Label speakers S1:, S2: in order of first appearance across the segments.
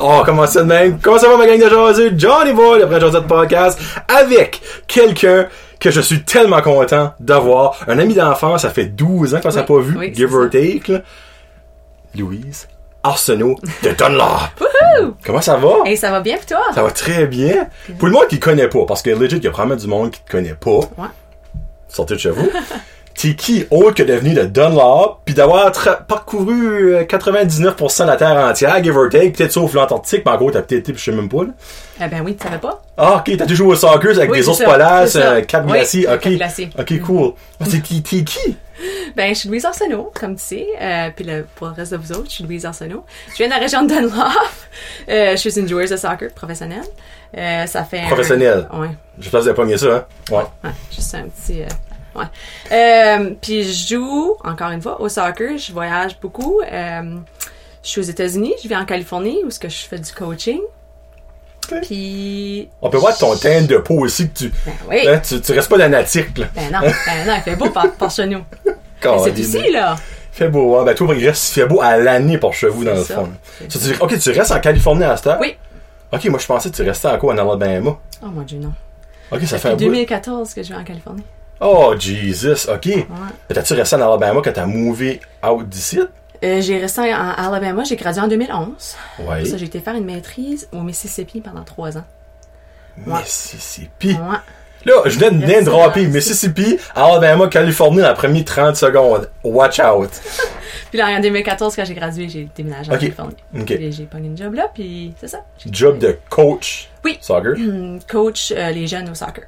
S1: On commence ça de même. Oh, Comment ça va ma gang de jaseux? Johnny Boy, le vrai jaseux de podcast, avec quelqu'un que je suis tellement content d'avoir. Un ami d'enfance, ça fait 12 ans qu'on s'est
S2: Oui,
S1: pas vu,
S2: oui,
S1: give
S2: c'est
S1: or take. là. Louise Arsenault de Dunlop. Comment ça va?
S2: Et ça va bien pour toi?
S1: Ça va très bien. Pour le monde qui te connaît pas, parce que legit, il y a probablement du monde qui te connaît pas.
S2: Ouais.
S1: Sortez de chez vous. T'es qui autre que devenu le Dunlop, puis d'avoir tra- parcouru euh, 99% de la Terre entière, give or take, peut-être sauf l'Antarctique, mais en gros, t'as peut-être été, puis je sais même pas, là.
S2: Ah ben oui, tu savais pas?
S1: Ah, ok, t'as toujours joué au soccer avec
S2: Oui,
S1: des
S2: c'est
S1: ours
S2: ça,
S1: polaires,
S2: c'est ça.
S1: euh, cap
S2: Oui,
S1: glacis,
S2: un
S1: ok.
S2: cap glacis.
S1: Ok, cool. Ah, T'es qui, t'es qui?
S2: Ben, je suis Louise Arsenault, comme tu sais. Euh, puis le, pour le reste de vous autres, je suis Louise Arsenault. Je viens de la région de Dunlop. Euh, je suis une joueuse de soccer professionnelle. Euh, ça fait... un-
S1: Professionnelle.
S2: Ouais.
S1: Je pense que vous avez pogné ça, hein? Ouais.
S2: Ouais, juste un petit. euh, ouais. Euh, puis je joue, encore une fois, au soccer. Je voyage beaucoup. Euh, je suis aux États-Unis, je vis en Californie où ce que je fais du coaching.
S1: Ok.
S2: Puis.
S1: On peut voir ton teint de peau aussi que tu,
S2: Ben oui.
S1: hein, tu, tu restes pas danatique, là.
S2: Ben non, ben non, il fait beau par, par chez nous. Mais
S1: Caroline.
S2: C'est ici, là.
S1: Fait beau, hein? Ben, toi, il reste, il fait beau à l'année pour chez vous, dans le
S2: ça.
S1: fond. Ça, tu- ok, tu restes en Californie à cette heure?
S2: Oui.
S1: Ok, moi, je pensais que tu restais en quoi, en Alabama?
S2: Oh mon dieu, non.
S1: Ok, ça fait un
S2: Depuis
S1: bout.
S2: 2014 que je vis en Californie.
S1: Oh, Jesus, ok. Mais T'as-tu resté en Alabama quand t'as mové out d'ici?
S2: Euh, j'ai resté en Alabama, j'ai gradué en 2011. Pour
S1: Oui.
S2: ça, j'ai été faire une maîtrise au Mississippi pendant trois ans.
S1: Mississippi.
S2: Ouais.
S1: Là, je viens de name
S2: Merci,
S1: dropper
S2: merci.
S1: Mississippi, Alabama, Californie dans la première 30 secondes. Watch out.
S2: Puis là, en 2014, quand j'ai gradué, j'ai déménagé en
S1: Ok.
S2: Californie.
S1: Ok.
S2: Puis J'ai pogné une job là, puis c'est ça. J'ai-
S1: Job de coach.
S2: Oui.
S1: Soccer.
S2: Hum, Coach euh, les jeunes au soccer.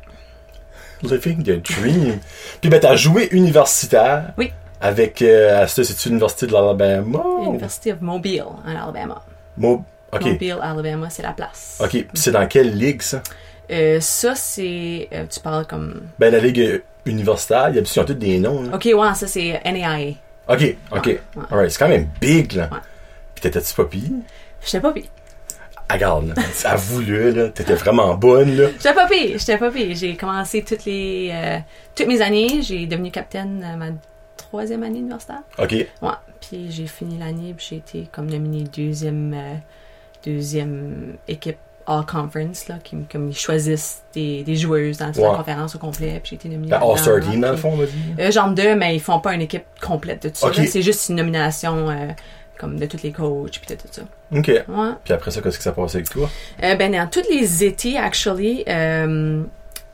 S1: Living the dream. Puis ben, t'as joué universitaire.
S2: Oui.
S1: Avec, euh, c'est- c'est-tu l'université de l'Alabama?
S2: University of Mobile, en Alabama.
S1: Mo- Oh. ok.
S2: Mobile, Alabama, c'est la place.
S1: Ok. Puis c'est dans quelle ligue, ça?
S2: Euh, ça, c'est. euh, tu parles comme.
S1: Ben, la ligue euh, universitaire, il y a ils ont tous des noms. là.
S2: Ok, ouais, ça, c'est NAIA.
S1: Ok, ok. Alright, c'est quand même big, là.
S2: Ouais.
S1: Puis t'étais-tu pas pire?
S2: J'étais pas pire.
S1: Ah, Regarde, là. Avoue-le, là. T'étais vraiment bonne, là.
S2: J'étais pas pire, j'étais pas pire. J'ai commencé toutes les. euh, toutes mes années, j'ai devenu capitaine à ma troisième année universitaire.
S1: Ok.
S2: Ouais. Puis j'ai fini l'année, puis j'ai été comme nominée deuxième, euh, deuxième équipe All Conference, là, qui, me- comme ils choisissent des, des joueuses dans toute
S1: Ouais.
S2: la conférence au complet, puis j'ai été nominée.
S1: La
S2: là-dedans,
S1: All-Star
S2: là,
S1: Game, dans le
S2: puis-
S1: fond, on va dire.
S2: Euh, genre deux, mais ils font pas une équipe complète de tout ça.
S1: Ok.
S2: là. C'est juste une nomination euh, comme de tous les coachs puis de tout ça.
S1: Ok.
S2: Ouais.
S1: Puis après ça, qu'est-ce qui s'est passé avec toi?
S2: Euh, ben, dans tous les étés, actually, euh,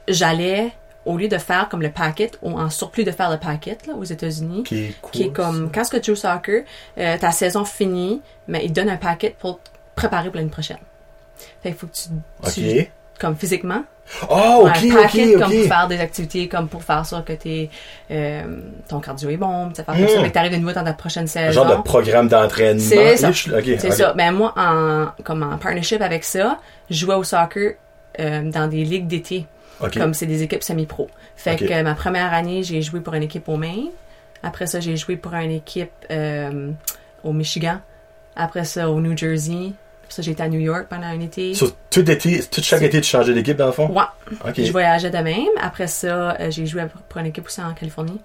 S2: j'allais, au lieu de faire comme le packet, ou en surplus de faire le packet là, aux États-Unis,
S1: Qui est cool.
S2: qui est comme, quand ce que tu joues au soccer, euh, ta saison finit, mais ils te donnent un packet pour te préparer pour l'année prochaine. Fait qu'il faut que tu,
S1: Ok.
S2: tu- comme physiquement,
S1: Oh, ok,
S2: un
S1: ok,
S2: paquet comme
S1: ok.
S2: pour faire des activités, comme pour faire sûr que t'es, euh, ton cardio est bon, pis ça fait comme
S1: Mm.
S2: ça, mais que t'arrives de nouveau dans ta prochaine
S1: Un
S2: saison.
S1: genre de programme d'entraînement.
S2: C'est ça.
S1: Ish, là. Ok,
S2: C'est
S1: ok.
S2: ça. Ben moi, en, comme en partnership avec ça, je jouais au soccer euh, dans des ligues d'été,
S1: Ok.
S2: comme c'est des équipes semi-pro. Fait
S1: Ok.
S2: que euh, ma première année, j'ai joué pour une équipe au Maine. Après ça, j'ai joué pour une équipe euh, au Michigan. Après ça, au New Jersey. Après ça, j'ai été à New York pendant un été.
S1: So, tout été, tout chaque été, tu changeais d'équipe, dans le fond?
S2: Ouais.
S1: Ok.
S2: Je voyageais de même. Après ça, euh, j'ai joué pour- pour une équipe aussi en Californie.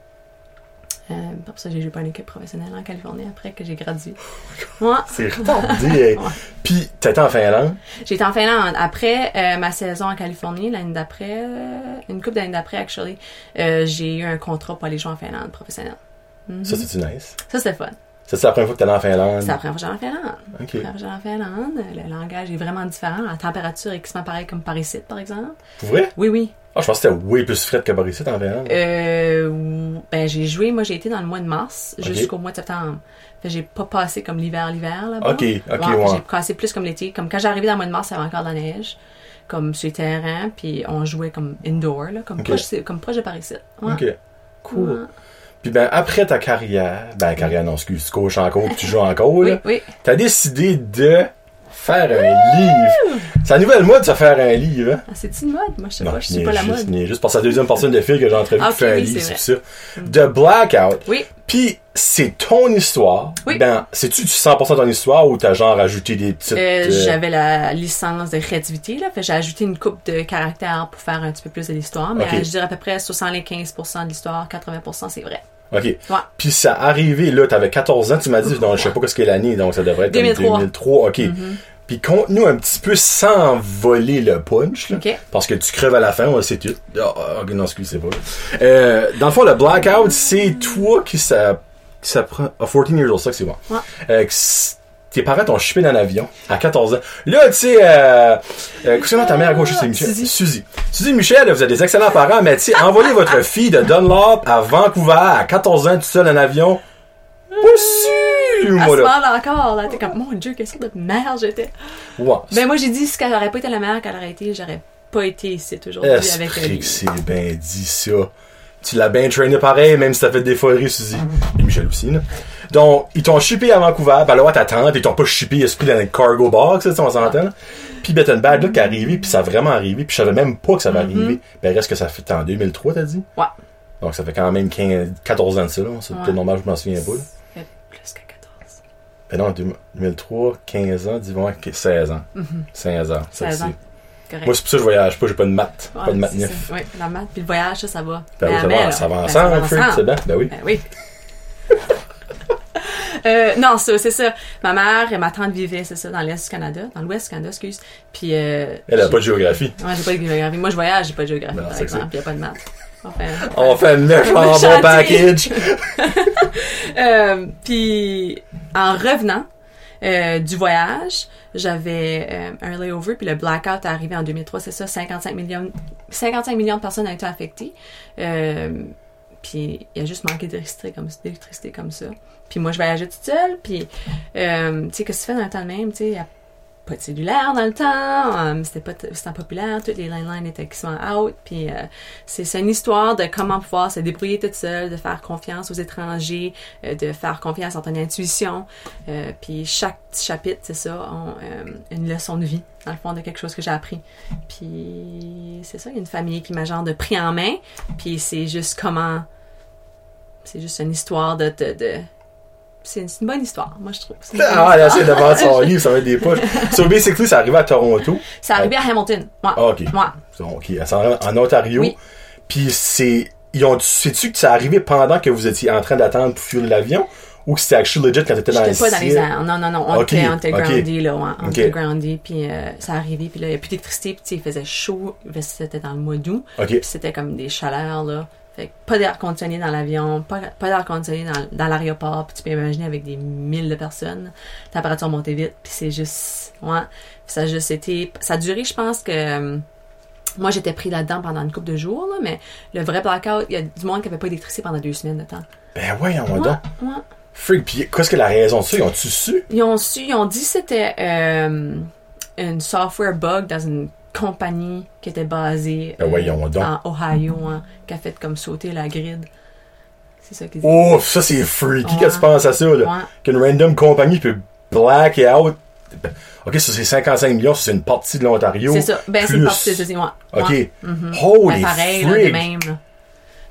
S2: Euh, après ça, j'ai joué pour une équipe professionnelle en Californie après que j'ai gradué.
S1: Oh
S2: Ouais.
S1: C'est retardé. hein.
S2: Ouais.
S1: Puis, t'étais en Finlande.
S2: J'étais en Finlande. Après euh, ma saison en Californie, l'année d'après, euh, une couple d'années d'après, actually, euh, j'ai eu un contrat pour aller jouer en Finlande professionnelle. Mhm.
S1: Ça, c'est-tu nice?
S2: Ça, c'était fun.
S1: Ça, c'est la première fois que t'allais en Finlande?
S2: C'est la première fois que j'allais en Finlande.
S1: Ok.
S2: La première fois que j'allais en Finlande, le langage est vraiment différent. La température est quasiment pareille comme par ici, par exemple.
S1: Pour vrai?
S2: Oui, oui.
S1: Ah, je pense que c'était way plus frais que par ici, en Finlande.
S2: Euh, ou- ben, j'ai joué, moi, j'ai été dans le mois de mars
S1: Ok.
S2: jusqu'au mois de septembre. Fait que j'ai pas passé comme l'hiver, l'hiver, là-bas.
S1: Ok, ok,
S2: Ouais,
S1: ouais.
S2: J'ai passé plus comme l'été. Comme quand j'arrivais dans le mois de mars, il y avait encore de la neige. Comme sur les terrains, puis on jouait comme indoor, là, comme,
S1: Ok.
S2: proche, c'est- comme proche de paris Ouais.
S1: Ok. Cool.
S2: Ouais.
S1: Puis ben après ta carrière, ben carrière non, excuse, tu coaches encore, puis tu joues encore,
S2: Oui,
S1: là,
S2: oui.
S1: t'as décidé de faire un livre. C'est la nouvelle mode de se faire un livre, hein?
S2: Ah, C'est-tu une mode? Moi, je sais pas, je
S1: n'ai
S2: suis pas la
S1: juste,
S2: mode.
S1: n'ai juste pour sa deuxième personne de fille que j'ai entrevue
S2: Ah,
S1: qui
S2: ok,
S1: fait un
S2: oui,
S1: livre,
S2: c'est Mm.
S1: c'est ça. The Blackout.
S2: Oui.
S1: Puis c'est ton histoire.
S2: Oui.
S1: Ben, c'est-tu du 100% ton histoire ou t'as genre ajouté des petites...
S2: Euh,
S1: euh,
S2: J'avais la licence de créativité, là. Fait que j'ai ajouté une coupe de caractères pour faire un petit peu plus de l'histoire. Mais
S1: Ok.
S2: euh, je dirais à peu près 75% de l'histoire, 80% c'est vrai.
S1: OK. Puis ça arrivé, là, t'avais 14 ans, tu m'as dit, non, je sais pas ce qu'est l'année, donc ça devrait être comme
S2: 2003.
S1: 2003. OK. Puis conte-nous un petit peu sans voler le punch, là,
S2: OK.
S1: parce que tu creves à la fin, on le sait tout. Ah, ah, ok, non, excusez pas. Euh, dans le fond, le blackout, c'est toi qui ça, qui ça prend. À 14 years old, c'est ça que c'est bon.
S2: Ouais.
S1: Euh, que s- tes parents t'ont chipé dans l'avion à 14 ans. Là, tu sais, euh, euh, cousinnement, ta mère à gauche, c'est Michel.
S2: Suzy.
S1: Suzy. Suzy Michel, vous êtes des excellents parents, mais tu sais, envoyer votre fille de Dunlop à Vancouver à 14 ans tout seul en avion, pas sûr,
S2: Elle
S1: moi,
S2: se
S1: là.
S2: parle encore, là. T'es comme, mon Dieu, quelle sorte de merde j'étais.
S1: Ouais.
S2: Ben, moi, j'ai dit, si qu'elle aurait pas été la mère qu'elle aurait été, j'aurais pas été ici aujourd'hui avec euh,
S1: Esprit
S2: elle.
S1: que c'est bien dit ça. Tu l'as bien trainé pareil, même si t'as fait des foleries, Suzy. Et Michel aussi, là. Donc, ils t'ont shippé à Vancouver, ben là, à ta tante, ils t'ont pas shippé esprit dans un cargo box, là, tu sais, on s'entend. là. Puis ben, t'as une bad luck qui est arrivée, puis ça a vraiment arrivé, puis je savais même pas que ça va arriver. Ben, reste que ça fait en 2003, t'as dit?
S2: Mm-hmm. Ouais.
S1: Donc, ça fait quand même 15, 14 ans de ça, là. C'est peut-être
S2: Ouais.
S1: normal, je m'en souviens pas, là.
S2: Fait Plus que 14.
S1: Ben non, 2003, 15 ans, dis-moi, 16 ans. 16 ans. ça,
S2: 16 ans.
S1: c'est-
S2: Mhm, Correct.
S1: Moi, c'est pour ça que je voyage pas, j'ai pas de maths. pas de maths neuf.
S2: Oui, la maths, puis le voyage, ça, ça va.
S1: Ben oui,
S2: Mais
S1: ça va,
S2: la mère,
S1: ça va
S2: ben,
S1: ensemble,
S2: va
S1: Fred,
S2: ensemble.
S1: c'est bien. Ben oui.
S2: Ben oui. Euh, non, ça, c'est ça. Ma mère et ma tante vivaient, c'est ça, dans l'Est du Canada, dans l'Ouest du Canada, excuse. Puis, euh,
S1: Elle a
S2: j'ai-
S1: pas de géographie.
S2: Moi, j'ai pas de géographie. Moi, je voyage, j'ai pas de géographie,
S1: Non,
S2: par
S1: c'est
S2: exemple. Il y a pas de maths. Enfin,
S1: On fait un méchant
S2: Chantier.
S1: bon package.
S2: euh, puis, en revenant euh, du voyage, j'avais euh, un layover, puis le blackout est arrivé en 2003, c'est ça, 55 millions, 55 millions de personnes ont été affectées. Euh, puis, il y a juste manqué d'électricité comme, d'électricité comme ça. Puis moi, je voyageais toute seule, puis, euh, tu sais, qu'est-ce que tu fais dans le temps de même, tu sais, il y a pas de cellulaire dans le temps, euh, c'était pas, t- c'était pas populaire, toutes les landlines étaient quasiment out, puis euh, c'est c'est une histoire de comment pouvoir se débrouiller toute seule, de faire confiance aux étrangers, euh, de faire confiance en ton intuition. Euh, puis chaque petit chapitre, c'est ça, on, euh, une leçon de vie, dans le fond, de quelque chose que j'ai appris. Puis c'est ça, il y a une famille qui m'a genre de pris en main, puis c'est juste comment... C'est juste une histoire de... de, de- c'est une, c'est une bonne histoire, moi je trouve. C'est une bonne
S1: Ah, elle
S2: histoire.
S1: essaie de vendre son livre, ça va être des poches. So basically, ça arrive à Toronto.
S2: C'est arrivé à Hamilton, moi.
S1: Ah, ok.
S2: Moi.
S1: Donc, ok, elle s'en va en Ontario.
S2: Oui.
S1: Puis c'est. Ils ont sais-tu que c'est arrivé pendant que vous étiez en train d'attendre pour fuir l'avion? Ou que c'était actually legit quand t'étais dans le
S2: J'étais pas dans les
S1: ciel?
S2: airs. Non, non, non. On
S1: Ok,
S2: était on était
S1: ok.
S2: grounded, là. ouais, On
S1: Ok.
S2: était grounded, puis euh, ça arrivait, puis là, il n'y a plus d'électricité, puis tu sais, il faisait chaud. parce que C'était dans le mois d'août,
S1: Ok.
S2: puis c'était comme des chaleurs, là. Fait que pas d'air conditionné dans l'avion, pas, pas d'air conditionné dans, dans l'aéroport, puis tu peux imaginer avec des milles de personnes, la température montait vite, puis c'est juste. Ouais. Puis ça a juste été. Ça a duré, je pense que. euh, Moi, j'étais pris là-dedans pendant une couple de jours, là, mais le vrai blackout, il y a du monde qui n'avait pas d'électricité pendant deux semaines de temps.
S1: Ben ouais, on
S2: Ouais,
S1: donc.
S2: ouais.
S1: Freak, pis qu'est-ce que la raison de ça? Ils ont-tu su?
S2: Ils ont su, ils ont dit que c'était euh, une software bug dans une compagnie qui était basée euh,
S1: Ben voyons donc.
S2: en Ohio, hein, qui a fait comme sauter la grid. C'est ça qu'ils disent.
S1: Oh, ça c'est freaky quand
S2: Ouais.
S1: tu penses à ça, là.
S2: Ouais.
S1: Qu'une random compagnie peut black out. Ben, Ok, ça c'est 55 millions, ça, c'est une partie de l'Ontario.
S2: C'est ça. Ben, c'est
S1: plus.
S2: une partie de ça, ouais.
S1: Ok.
S2: Ouais. Ben,
S1: Holy
S2: pareil, là,
S1: freak.
S2: de même. là.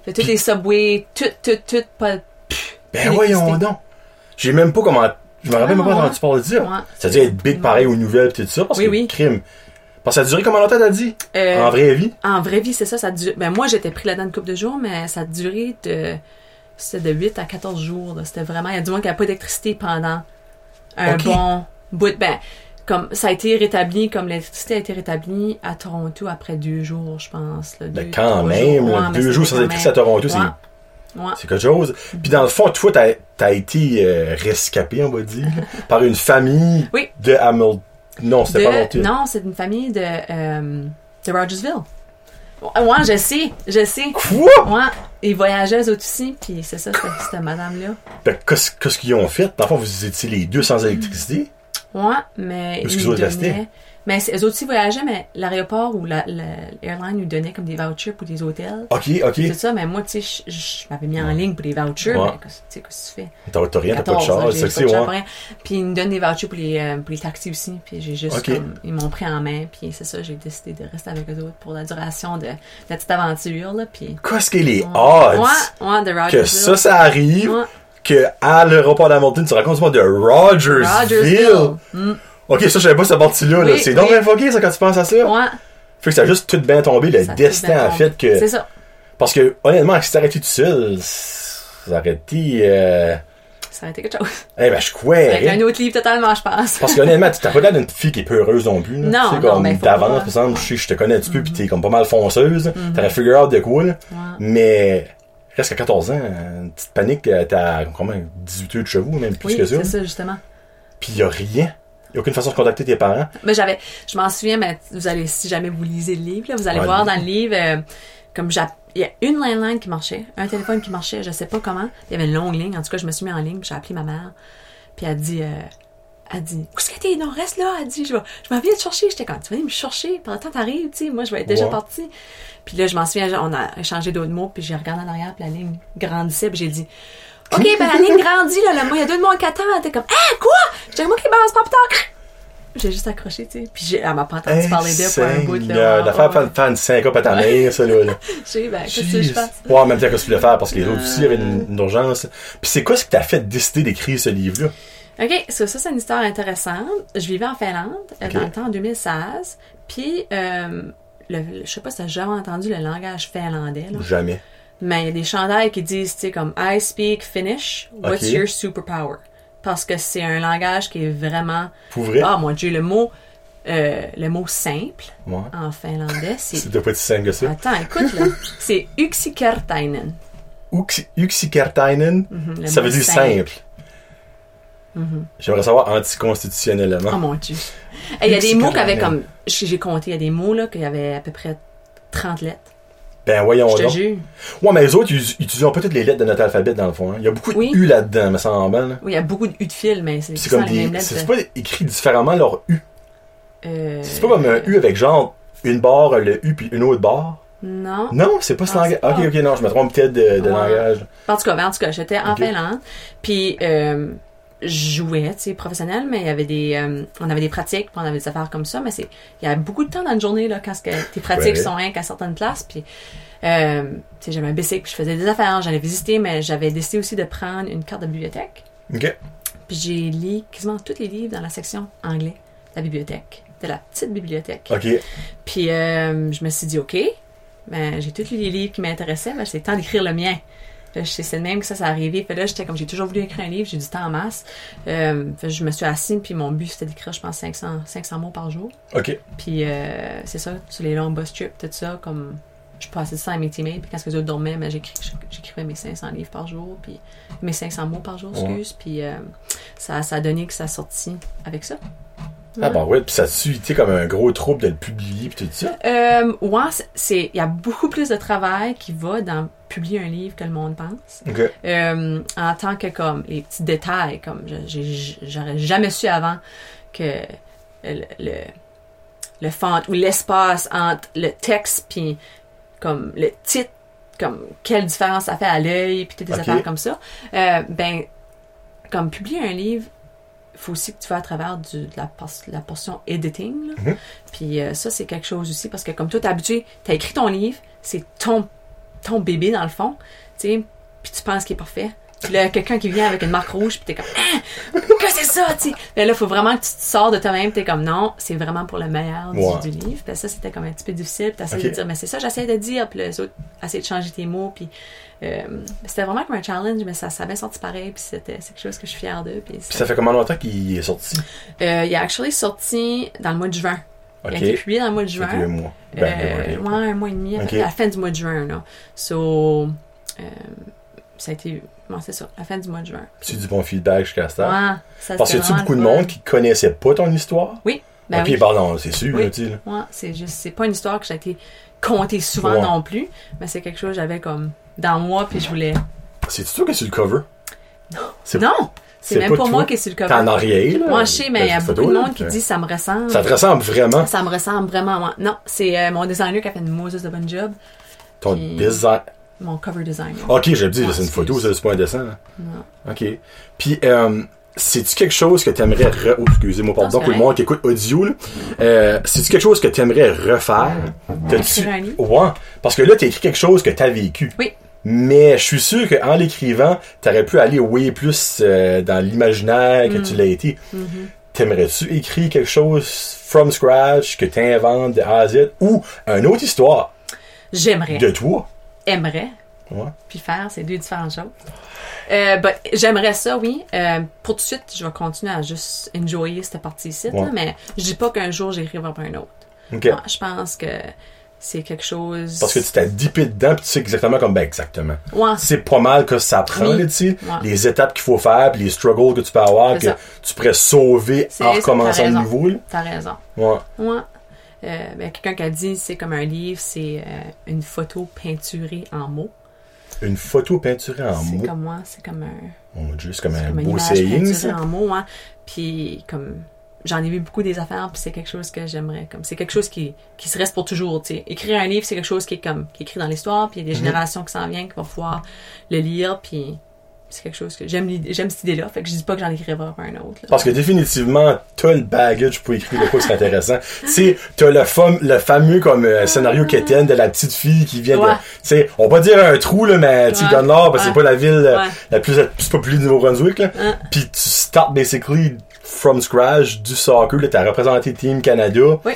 S2: Fait, toutes les subways, tout, tout, tout, pas...
S1: Ben voyons
S2: Électricité.
S1: donc. J'ai même pas comment. Je me rappelle même pas
S2: Ah,
S1: comment
S2: ouais.
S1: tu parles de dire.
S2: Ouais.
S1: Ça dit être big pareil aux nouvelles pis tout ça, parce
S2: Oui,
S1: que
S2: oui.
S1: crime. Parce que ça a duré combien longtemps t'as dit?
S2: Euh,
S1: En vraie vie?
S2: En vraie vie, c'est ça. ça dure... ben, moi, j'étais pris là-dedans une couple de jours, mais ça a duré de, c'était de 8 à 14 jours. là. C'était vraiment... Il y a du monde qui n'avait pas d'électricité pendant un
S1: Ok.
S2: bon bout. de- Ben, comme ça a été rétabli, comme l'électricité a été rétablie à Toronto après deux jours, je pense. là,
S1: Ben
S2: deux,
S1: quand
S2: trois
S1: même,
S2: jours.
S1: là,
S2: Ouais, mais
S1: deux jours
S2: c'était
S1: sans
S2: quand
S1: électricité à
S2: même-
S1: Toronto, c'est-
S2: Ouais, ouais.
S1: c'est quelque chose. Puis dans le fond, toi, t'as as été euh, rescapé, on va dire, par une famille
S2: Oui.
S1: de Hamilton. Non, c'était
S2: De-
S1: pas Hamilton.
S2: non, c'est une famille de, euh, de Rogersville. Ouais, je sais, je sais.
S1: Quoi?
S2: Ouais, ils voyageaient eux autres aussi, puis c'est ça, c'était- c'était madame-là.
S1: Ben, qu'est-ce qu'est-ce qu'ils ont fait? Dans le fond, vous étiez les deux sans électricité.
S2: Ouais, mais
S1: Parce
S2: ils
S1: qu'ils
S2: nous
S1: ont resté.
S2: donnaient- Mais c'est- eux autres aussi voyageaient, mais l'aéroport ou la- la- l'airline nous donnait comme des vouchers pour des hôtels.
S1: Ok, ok.
S2: Hmm. C'est ça, mais moi, tu sais, je- je m'avais mis en ligne pour des vouchers.
S1: Ouais.
S2: mais qu'est-ce- tu sais, qu'est-ce que tu fais?
S1: T'as t'as rien, t'as pas de
S2: 14, là,
S1: charge,
S2: j'ai
S1: c'est
S2: pas
S1: que c'est,
S2: de
S1: ouais.
S2: char, rien. Puis ils me donnent des vouchers pour les, euh, pour les taxis aussi. Puis j'ai juste,
S1: Ok.
S2: comme, ils m'ont pris en main. Puis c'est ça, j'ai décidé de rester avec eux autres pour la duration de, de la petite aventure, là. Puis.
S1: Qu'est-ce qu'il est
S2: Ouais,
S1: odds
S2: ouais, de
S1: que
S2: Rogersville.
S1: ça, ça arrive,
S2: Ouais.
S1: que à l'aéroport d'Hamilton, tu racontes moi de Rogersville.
S2: Rogersville. Mm.
S1: Ok, ça, je savais pas cette partie-là. là.
S2: Oui,
S1: C'est donc
S2: oui.
S1: bien fucké, ça, quand tu penses à ça.
S2: Ouais,
S1: Fait que ça a juste tout bien tombé, le
S2: ça a tout
S1: destin,
S2: bien
S1: en
S2: tombé.
S1: fait, que.
S2: C'est ça.
S1: Parce que, honnêtement, si t'arrêtais tout seul, c'est- ça aurait été. euh,
S2: Ça aurait été quelque chose.
S1: Eh ben, je
S2: Ça aurait été
S1: croirais.
S2: un autre livre totalement, je pense.
S1: Parce qu'honnêtement, tu t'as pas l'air d'une fille qui est peu heureuse non plus. là.
S2: Non,
S1: tu sais,
S2: non,
S1: comme
S2: ben, faut
S1: d'avance,
S2: pas. Mhm.
S1: par exemple, je, sais, je te connais un petit peu, pis t'es comme pas mal fonceuse. T'aurais figure out de quoi, là.
S2: Ouais.
S1: Mais, reste qu'à 14 ans, une petite panique, euh, t'as combien 18 heures de chevaux, même plus
S2: Oui,
S1: que
S2: c'est
S1: ça.
S2: ça, justement.
S1: Puis y a rien. Y a aucune façon de contacter tes parents.
S2: Mais Ben, j'avais, je m'en souviens, mais vous allez, si jamais vous lisez le livre, là, vous allez
S1: Ouais.
S2: voir dans le livre, euh, comme j'app- il y a une landline qui marchait, un téléphone qui marchait, je sais pas comment. Il y avait une longue ligne. En tout cas, je me suis mis en ligne, puis j'ai appelé ma mère. Puis elle dit, euh, elle dit, où est-ce que t'es? Non, reste là. Elle dit, je, vais- je m'en viens te chercher. J'étais comme, tu vas venir me chercher. Par le temps, t'arrives, tu sais, moi, je vais être déjà
S1: Ouais.
S2: partie. Puis là, je m'en souviens, on a échangé d'autres mots, puis j'ai regardé en arrière, puis la ligne grandissait, puis j'ai dit, OK, ben la ligne grandit, là, là, moi, il y a deux de moi qui attend. Elle était comme, ah, quoi? J'étais comme, OK, ben, c'est pas plus tard. J'ai juste accroché, tu sais. Puis j'ai, elle m'a pas entendu parler d'elle pour un bout de
S1: Seigneur, de faire, faire, faire une syncope à ta mère, ça, là. là.
S2: J'ai, ben, qu'est-ce que tu veux que je Mm.
S1: Jeez.
S2: fasse?
S1: Ouais, en même temps que ce que tu voulais faire, parce que les autres aussi avaient une, une urgence. Puis c'est quoi ce qui t'a fait décider d'écrire ce livre-là?
S2: OK, ça, ça c'est une histoire intéressante. Je vivais en Finlande euh,
S1: OK.
S2: dans le temps en 2016. Puis, euh, le- le- je sais pas si t'as jamais entendu le langage finlandais, là.
S1: Jamais.
S2: Mais il y a des chandails qui disent, tu sais, comme I speak Finnish, what's
S1: Ok.
S2: your superpower? Parce que c'est un langage qui est vraiment.
S1: Pour vrai?
S2: Ah, mon Dieu, le mot, euh, le mot simple
S1: Ouais.
S2: en finlandais, c'est.
S1: C'est de pas si simple que ça.
S2: Attends, écoute là. C'est Yksikertainen.
S1: Uks- Yksikertainen,
S2: Mhm, le Mhm.
S1: ça
S2: mot
S1: veut dire
S2: simple.
S1: simple. J'aimerais savoir anticonstitutionnellement.
S2: Oh mon Dieu. Et Il y a des mots qui avaient
S1: Yksikertainen.
S2: comme. J'ai j'ai compté, il y a des mots là, qu'il y avait à peu près 30 lettres.
S1: Ben voyons
S2: Je te
S1: donc.
S2: jure.
S1: Ouais, mais les autres, ils, ils utilisent pas toutes les lettres de notre alphabet dans le fond. hein. Il y a beaucoup de
S2: Oui.
S1: U là-dedans, me semble. hein.
S2: Oui, il y a beaucoup de U de fil, mais c'est
S1: Puis C'est
S2: sans
S1: comme
S2: les mêmes
S1: des.
S2: lettres.
S1: C'est pas écrit différemment leur U.
S2: Euh,
S1: C'est pas comme un U avec genre une barre, le U puis une autre barre.
S2: Non.
S1: Non, c'est pas ce
S2: Ah,
S1: langage.
S2: c'est
S1: Ok,
S2: pas. Ah.
S1: ok, non, je me trompe peut-être de, de
S2: Ouais.
S1: langage.
S2: En tout cas, ben, en tout cas, j'étais en
S1: Ok.
S2: Finlande, puis euh, je jouais, tu sais, professionnel, mais il y avait des, euh, on avait des pratiques, puis on avait des affaires comme ça, mais c'est, il y a beaucoup de temps dans une journée là, quand ce que tes
S1: Ouais.
S2: pratiques sont rien qu'à certaines places, puis euh, tu sais, j'avais un bicycle, puis je faisais des affaires, j'allais visiter, mais j'avais décidé aussi de prendre une carte de bibliothèque,
S1: Ok.
S2: puis j'ai lu quasiment tous les livres dans la section anglais de la bibliothèque, de la petite bibliothèque.
S1: Ok.
S2: Puis euh, je me suis dit, OK, ben, j'ai tous les livres qui m'intéressaient, mais c'est le temps d'écrire le mien. Là, je sais, c'est le même que ça, ça arrivé. Puis là, j'étais comme, j'ai toujours voulu écrire un livre, j'ai du temps en masse. Euh, fait que je me suis assise, puis mon but, c'était d'écrire, je pense, 500, 500 mots par jour.
S1: Ok.
S2: Puis euh, c'est ça, sur les longs bus trips, tout ça, comme je passais ça à mes teammates, puis quand les autres dormaient, ben, j'écris- j'écrivais mes 500 livres par jour, puis mes 500 mots par jour,
S1: Ouais.
S2: excuse, puis euh, ça, ça a donné que ça sortit avec ça.
S1: Ah bah ouais, puis ça suit, tu sais, comme un gros trouble de le publier puis tout ça.
S2: Euh, ouais, c'est- c'est il y a beaucoup plus de travail qui va dans publier un livre que le monde pense.
S1: Ok.
S2: Euh, en tant que comme les petits détails, comme je- j'ai- j'aurais jamais su avant que le, le, le font ou l'espace entre le texte puis comme le titre, comme quelle différence ça fait à l'œil puis toutes des
S1: Ok.
S2: affaires comme ça. Euh, ben comme publier un livre, faut aussi que tu fasses à travers du, de la, por- la portion editing. là.
S1: Mhm.
S2: Puis euh, ça, c'est quelque chose aussi, parce que comme toi, t'es habitué, t'as écrit ton livre, c'est ton, ton bébé dans le fond, tu sais, puis tu penses qu'il est parfait. Puis là, quelqu'un qui vient avec une marque rouge, puis t'es comme, ah, que c'est ça, tu sais. Mais là, faut vraiment que tu te sors de toi-même, t'es comme, non, c'est vraiment pour le meilleur du-
S1: Ouais.
S2: du, livre. Puis ça, c'était comme un petit peu difficile, puis t'essayes
S1: Ok.
S2: de dire, mais c'est ça, j'essaie de dire, puis les autres, essayer de changer tes mots, puis euh, c'était vraiment comme un challenge, mais ça, ça avait sorti pareil, puis c'était c'est quelque chose que je suis fière de. Puis
S1: Puis ça fait combien longtemps qu'il est sorti
S2: euh, il a actually sorti dans le mois de juin.
S1: Ok.
S2: Il a été publié dans le mois de
S1: Ça
S2: juin.
S1: fait deux mois.
S2: Euh,
S1: Ben,
S2: ouais, un mois et demi, à
S1: Ok.
S2: la fin du mois de juin. Là. So, euh, ça a été. Bon, c'est ça, la fin du mois de juin.
S1: tu du bon feedback jusqu'à ce temps.
S2: Ouais, ça
S1: Parce que
S2: c'était
S1: tu
S2: vraiment
S1: beaucoup de
S2: le fun.
S1: monde qui connaissait pas ton histoire.
S2: Ben
S1: ok,
S2: oui.
S1: pardon, c'est sûr,
S2: Oui.
S1: là, tu sais. là.
S2: Ouais, c'est juste, c'est pas une histoire que j'ai été contée souvent
S1: Ouais.
S2: non plus, mais c'est quelque chose que j'avais comme dans moi, puis je voulais.
S1: C'est toi qui es sur le cover. C'est-
S2: Non! C'est
S1: c'est
S2: même
S1: pas
S2: pas, moi
S1: toi.
S2: qui est sur le
S1: T'es en
S2: cover.
S1: arrière, là. Ben,
S2: Moi, je sais, mais il y a
S1: Petite
S2: beaucoup
S1: photo,
S2: de
S1: là.
S2: monde qui dit ça me ressemble.
S1: hein. Ça te ressemble vraiment.
S2: Ça me ressemble vraiment à moi. Non, c'est euh, mon designer qui a fait une Moses de bonne job.
S1: Ton
S2: Puis-
S1: design.
S2: Mon cover designer.
S1: Ah, Ok, je le dis, là, c'est une
S2: Ouais,
S1: photo,
S2: Ah, c'est-
S1: ça, c'est pas un dessin. là.
S2: Non.
S1: Ok. Puis, euh, c'est-tu quelque chose que t'aimerais. Re... oh, excusez-moi,
S2: Non,
S1: pardon,
S2: c'est
S1: pour le
S2: correct.
S1: monde qui écoute audio, là. Euh, c'est-tu quelque chose que t'aimerais refaire T'as-tu.
S2: Écrire un livre?
S1: Ouais. Parce que là, t'as écrit quelque chose que t'as vécu.
S2: Oui.
S1: Mais je suis sûr qu'en l'écrivant, t'aurais pu aller way plus euh, dans l'imaginaire que
S2: Mm.
S1: tu l'as été.
S2: Mm-hmm.
S1: T'aimerais-tu écrire quelque chose from scratch que t'inventes de A à Z ou une autre histoire
S2: J'aimerais.
S1: de toi?
S2: aimerait.
S1: Ouais.
S2: puis faire, c'est deux différentes choses. Euh, but j'aimerais ça, oui. Euh, pour tout de suite, je vais continuer à juste enjoyer cette partie-ci, là,
S1: Ouais.
S2: mais je dis pas qu'un jour j'écrirai pas un autre.
S1: Ok.
S2: Non, je pense que c'est quelque chose.
S1: Parce que tu t'as dippé dedans, puis tu sais exactement comme ben exactement.
S2: Ouais,
S1: C'est pas mal que ça prend,
S2: Oui.
S1: là, tu sais,
S2: Ouais.
S1: les étapes qu'il faut faire, puis les struggles que tu peux avoir, que
S2: C'est ça.
S1: tu pourrais sauver
S2: C'est-
S1: en
S2: c'est-
S1: recommençant
S2: t'as
S1: de
S2: raison.
S1: nouveau. là.
S2: t'as raison.
S1: Ouais.
S2: Ouais. Euh, ben, quelqu'un qui a dit c'est comme un livre, c'est euh, une photo peinturée en mots.
S1: Une photo peinturée en
S2: c'est
S1: mots.
S2: comme moi, c'est comme un,
S1: Mon Dieu, c'est comme
S2: c'est
S1: un
S2: comme une
S1: Ben, beau
S2: image
S1: saying,
S2: peinturée
S1: ça.
S2: en mots. Hein. Puis comme j'en ai vu beaucoup des affaires, puis c'est quelque chose que j'aimerais. Comme c'est quelque chose qui, qui se reste pour toujours. tu sais. Écrire un livre, c'est quelque chose qui est comme qui est écrit dans l'histoire, puis il y
S1: Mhm.
S2: a des générations qui s'en viennent qui vont pouvoir le lire, puis c'est quelque chose que j'aime l'idée- j'aime cette idée-là. Fait que je dis pas que j'en écrirai pas un autre. là.
S1: Parce que définitivement, t'as le baggage pour écrire de quoi c'est intéressant. tu sais, t'as le, fam- le fameux comme euh, scénario quétaine de la petite fille qui vient de.
S2: Ouais.
S1: Tu sais, on va dire un trou, là, mais tu
S2: Ouais.
S1: donnes l'or parce que c'est pas
S2: Ouais.
S1: la ville euh,
S2: Ouais.
S1: la plus, la plus populaire du Nouveau-Brunswick, là.
S2: Hein?
S1: Puis tu starts basically from scratch du soccer, là, t'as représenté Team Canada.
S2: Oui.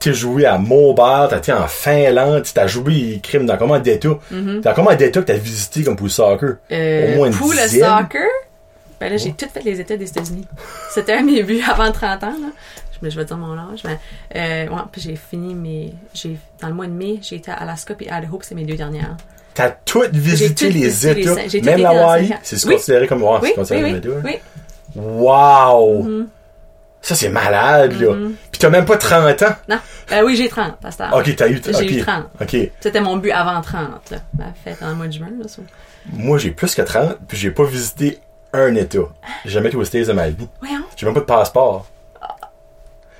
S1: T'es joué à Mobile, t'as été en Finlande, t'as joué crime dans comment d'état. Dans comment d'état que t'as visité comme pour le soccer?
S2: Mhm. Euh,
S1: Au moins une
S2: pour le
S1: dizaine. Oh.
S2: soccer, ben là, j'ai tout fait les États des États-Unis. C'était un de mes buts avant 30 ans, là. Je, mais je vais dire mon âge, mais euh, ouais, puis j'ai fini mes. J'ai, dans le mois de mai, j'ai été à Alaska et Idaho, puis c'est mes deux dernières.
S1: T'as tout visité
S2: tout
S1: les
S2: visité les
S1: États,
S2: cinq- j'ai tout
S1: même
S2: été dans
S1: l'Hawaï,
S2: cinq ans.
S1: c'est
S2: Oui.
S1: considéré comme ouais,
S2: Oui,
S1: c'est
S2: oui,
S1: considéré
S2: oui,
S1: comme un État,
S2: oui. Mhm.
S1: Wow! Ça, c'est malade, là. Puis t'as même pas 30 ans.
S2: Non. Ben oui, j'ai 30 à cette heure.
S1: Ok, t'as eu...
S2: J'ai
S1: ok.
S2: eu 30.
S1: Ok.
S2: C'était mon but avant 30, là. Ma fête dans le mois de juin, là. ça.
S1: Moi, j'ai plus que 30, puis j'ai pas visité un État. J'ai jamais été aux States de ma vie.
S2: Voyons.
S1: J'ai même pas de passeport.
S2: Ah.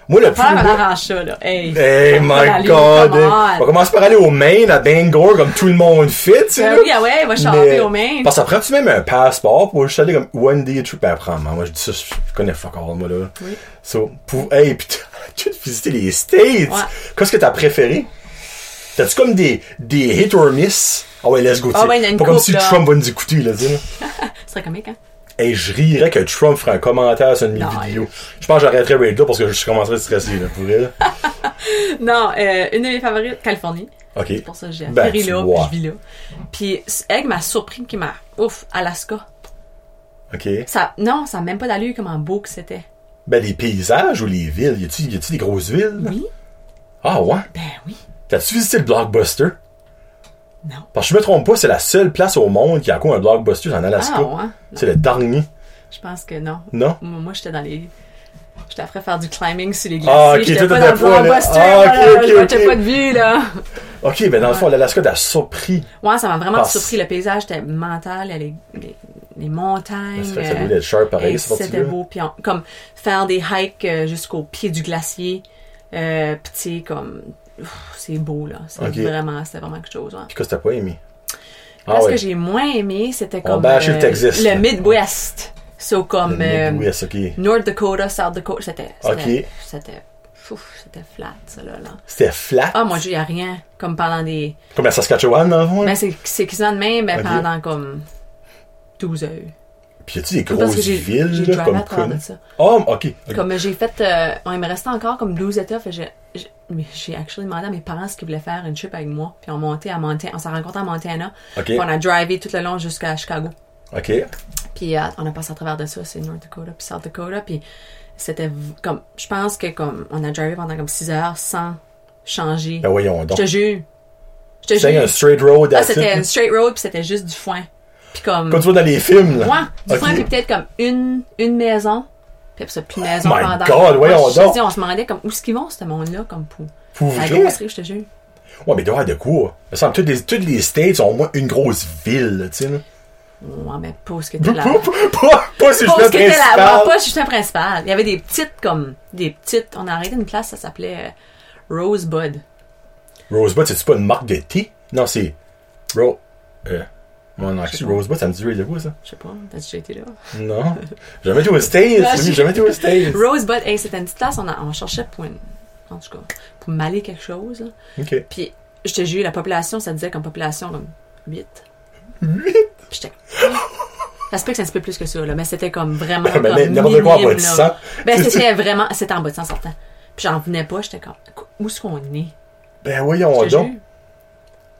S1: Moi, le plus...
S2: Pas la arrange ça, là. Hey.
S1: Hey
S2: On va
S1: my
S2: aller,
S1: god!
S2: come
S1: hein.
S2: on.
S1: On commence par aller au Maine, à Bangor, comme tout le monde fait, tu sais.
S2: Ben
S1: là.
S2: oui, ah ouais, va
S1: Mais-
S2: chanter au Maine.
S1: Parce que ça prend-tu même un passeport pour juste aller comme one day trip? Ben, prends, moi, je dis ça, je je connais fuck all, moi, là.
S2: Oui.
S1: So, pour, hey, pis t'as- tu as visité les States.
S2: Ouais.
S1: Qu'est-ce que t'as préféré? T'as-tu comme des, des hit or miss? Ah ouais, let's go, tu
S2: Ah
S1: sais.
S2: ouais, il y en a une
S1: Pas comme
S2: couple,
S1: si
S2: là.
S1: Trump va nous écouter, là, dis
S2: Ce serait comique, hein?
S1: Hey, je rirais que Trump ferait un commentaire sur une de mes
S2: Non,
S1: vidéos. Je pense que j'arrêterais Raid là parce que je commencerais à stresser, là, pour elle.
S2: Non, euh, une de mes favorites, Californie.
S1: Ok.
S2: C'est pour ça que j'ai
S1: Ben,
S2: atterri
S1: tu
S2: là,
S1: vois.
S2: puis je vis là. Puis Egg m'a surpris qu'il m'a. Ouf, Alaska.
S1: Ok.
S2: Ça, non, ça n'a même pas d'allure comment beau que c'était.
S1: Ben, les paysages ou les villes? Y a-tu y a-tu des grosses villes?
S2: Oui?
S1: Ah ouais?
S2: Ben oui.
S1: T'as-tu visité le blockbuster?
S2: Non.
S1: Parce que je me trompe pas, c'est la seule place au monde qui a quoi un blockbuster en Alaska.
S2: Ah ouais?
S1: C'est le dernier,
S2: Je pense que non.
S1: non?
S2: Moi, moi, j'étais dans les. J'étais après faire du climbing sur les glaciers.
S1: Ah, ok,
S2: j'étais
S1: toi,
S2: pas
S1: t'étais
S2: dans le
S1: pas là.
S2: blockbuster.
S1: Ah, ok, ok,
S2: voilà, je
S1: ok.
S2: mangeais pas de vue, là.
S1: Ok, ben dans le fond, l'Alaska t'a surpris.
S2: Ouais, ça m'a vraiment
S1: Parce- Ben,
S2: surpris. Le paysage était mental. Il y a les, les, les montagnes.
S1: Ça, ça
S2: euh,
S1: voulait être sharp
S2: Et
S1: pareil, cette
S2: C'était
S1: partie-là.
S2: beau. Puis on- comme faire des hikes euh, jusqu'au pied du glacier. Euh, puis tu sais, comme. ouf, C'est beau, là. C'est
S1: Ok.
S2: vraiment, c'était vraiment quelque chose. ouais.
S1: Puis quoi, t'as pas aimé?
S2: Là,
S1: Ah
S2: ce
S1: ouais.
S2: que j'ai moins aimé, c'était
S1: On
S2: comme. euh,
S1: bâche le Texas, là.
S2: le Midwest. So,
S1: Le
S2: comme. euh,
S1: Midwest, ok.
S2: North Dakota, South Dakota. C'était. c'était-
S1: Ok.
S2: C'était. Ouf, c'était flat, ça, là. là.
S1: C'était flat.
S2: Ah, mon Dieu, il n'y a rien. Comme pendant des.
S1: Comme la Saskatchewan, dans le fond. là.
S2: Ben, c'est c'est quasiment de même, mais
S1: Ok.
S2: pendant comme. 12 heures.
S1: Puis y a-tu des
S2: Parce
S1: grosses
S2: que j'ai j'ai
S1: villes, là,
S2: drivé
S1: comme
S2: à travers
S1: Cun-
S2: de ça.
S1: Oh, ok. ok.
S2: Comme euh, j'ai fait, euh, on il me restait encore comme 12 états, fait j'ai, j'ai, mais j'ai actually demandé à mes parents ce qu'ils voulaient faire une trip avec moi, puis on montait à Montana, on s'est rencontrés à Montana,
S1: Ok.
S2: puis on a drivé tout le long jusqu'à Chicago,
S1: Ok.
S2: puis euh, on a passé à travers de ça, c'est North Dakota puis South Dakota, puis c'était v- comme, je pense que comme on a drivé pendant comme 6 heures sans changer,
S1: Ben voyons donc.
S2: je te jure, je te
S1: C'est un hein?
S2: jure,
S1: straight road
S2: Ah,
S1: that's
S2: c'était une
S1: it.
S2: straight road puis c'était juste du foin, puis comme
S1: Comme tu vois dans les films, là.
S2: Ouais,
S1: Ah,
S2: du
S1: Ok.
S2: foin, puis peut-être comme une, une maison. Puis après ça, plus de maison
S1: my
S2: pendant.
S1: God, voyons
S2: Ouais, je te
S1: donc.
S2: dis, on se demandait comme, où est-ce qu'ils vont, ce monde-là, comme pour.
S1: Pour
S2: La
S1: vrai?
S2: grosserie, je te jure.
S1: Ouais, mais il doit y avoir de quoi? Il me semble que toutes les, toutes les States ont au moins une grosse ville, là, tu sais, là.
S2: Ouais, mais pas où ce que t'es là.
S1: Pas, pas, pas si je
S2: Pas où
S1: fais
S2: ce que t'es là. Ouais,
S1: principal.
S2: pas juste un principal. Il y avait des petites, comme, des petites. On a arrêté une place, ça s'appelait euh, Rosebud.
S1: Rosebud, c'est-tu pas une marque de thé? Non, c'est. Ro. Euh. Mon accent,
S2: pas.
S1: Rosebud, ça me dit de quoi, ça?
S2: Je sais pas, t'as-tu déjà été là?
S1: Non. Jamais été aux States,
S2: Non,
S1: oui,
S2: j'ai-
S1: jamais été aux States.
S2: Rosebud, hey, c'était une petite place, on, a- on cherchait pour une. En tout cas, pour m'aller quelque chose. là.
S1: Ok.
S2: Puis, je te jure, la population, ça disait comme population, comme 8.
S1: 8?
S2: Puis j'étais comme, Ah! Ça se peut que c'est un petit peu plus que ça, là, mais c'était comme vraiment.
S1: Ben, ben,
S2: comme
S1: n'importe quoi en bas de
S2: minime, là.
S1: 100.
S2: Ben, c'était vraiment. C'était en bas de 100 sortant. Puis j'en venais pas, j'étais comme. Où est-ce qu'on est?
S1: Ben voyons
S2: Je te
S1: donc.
S2: jure.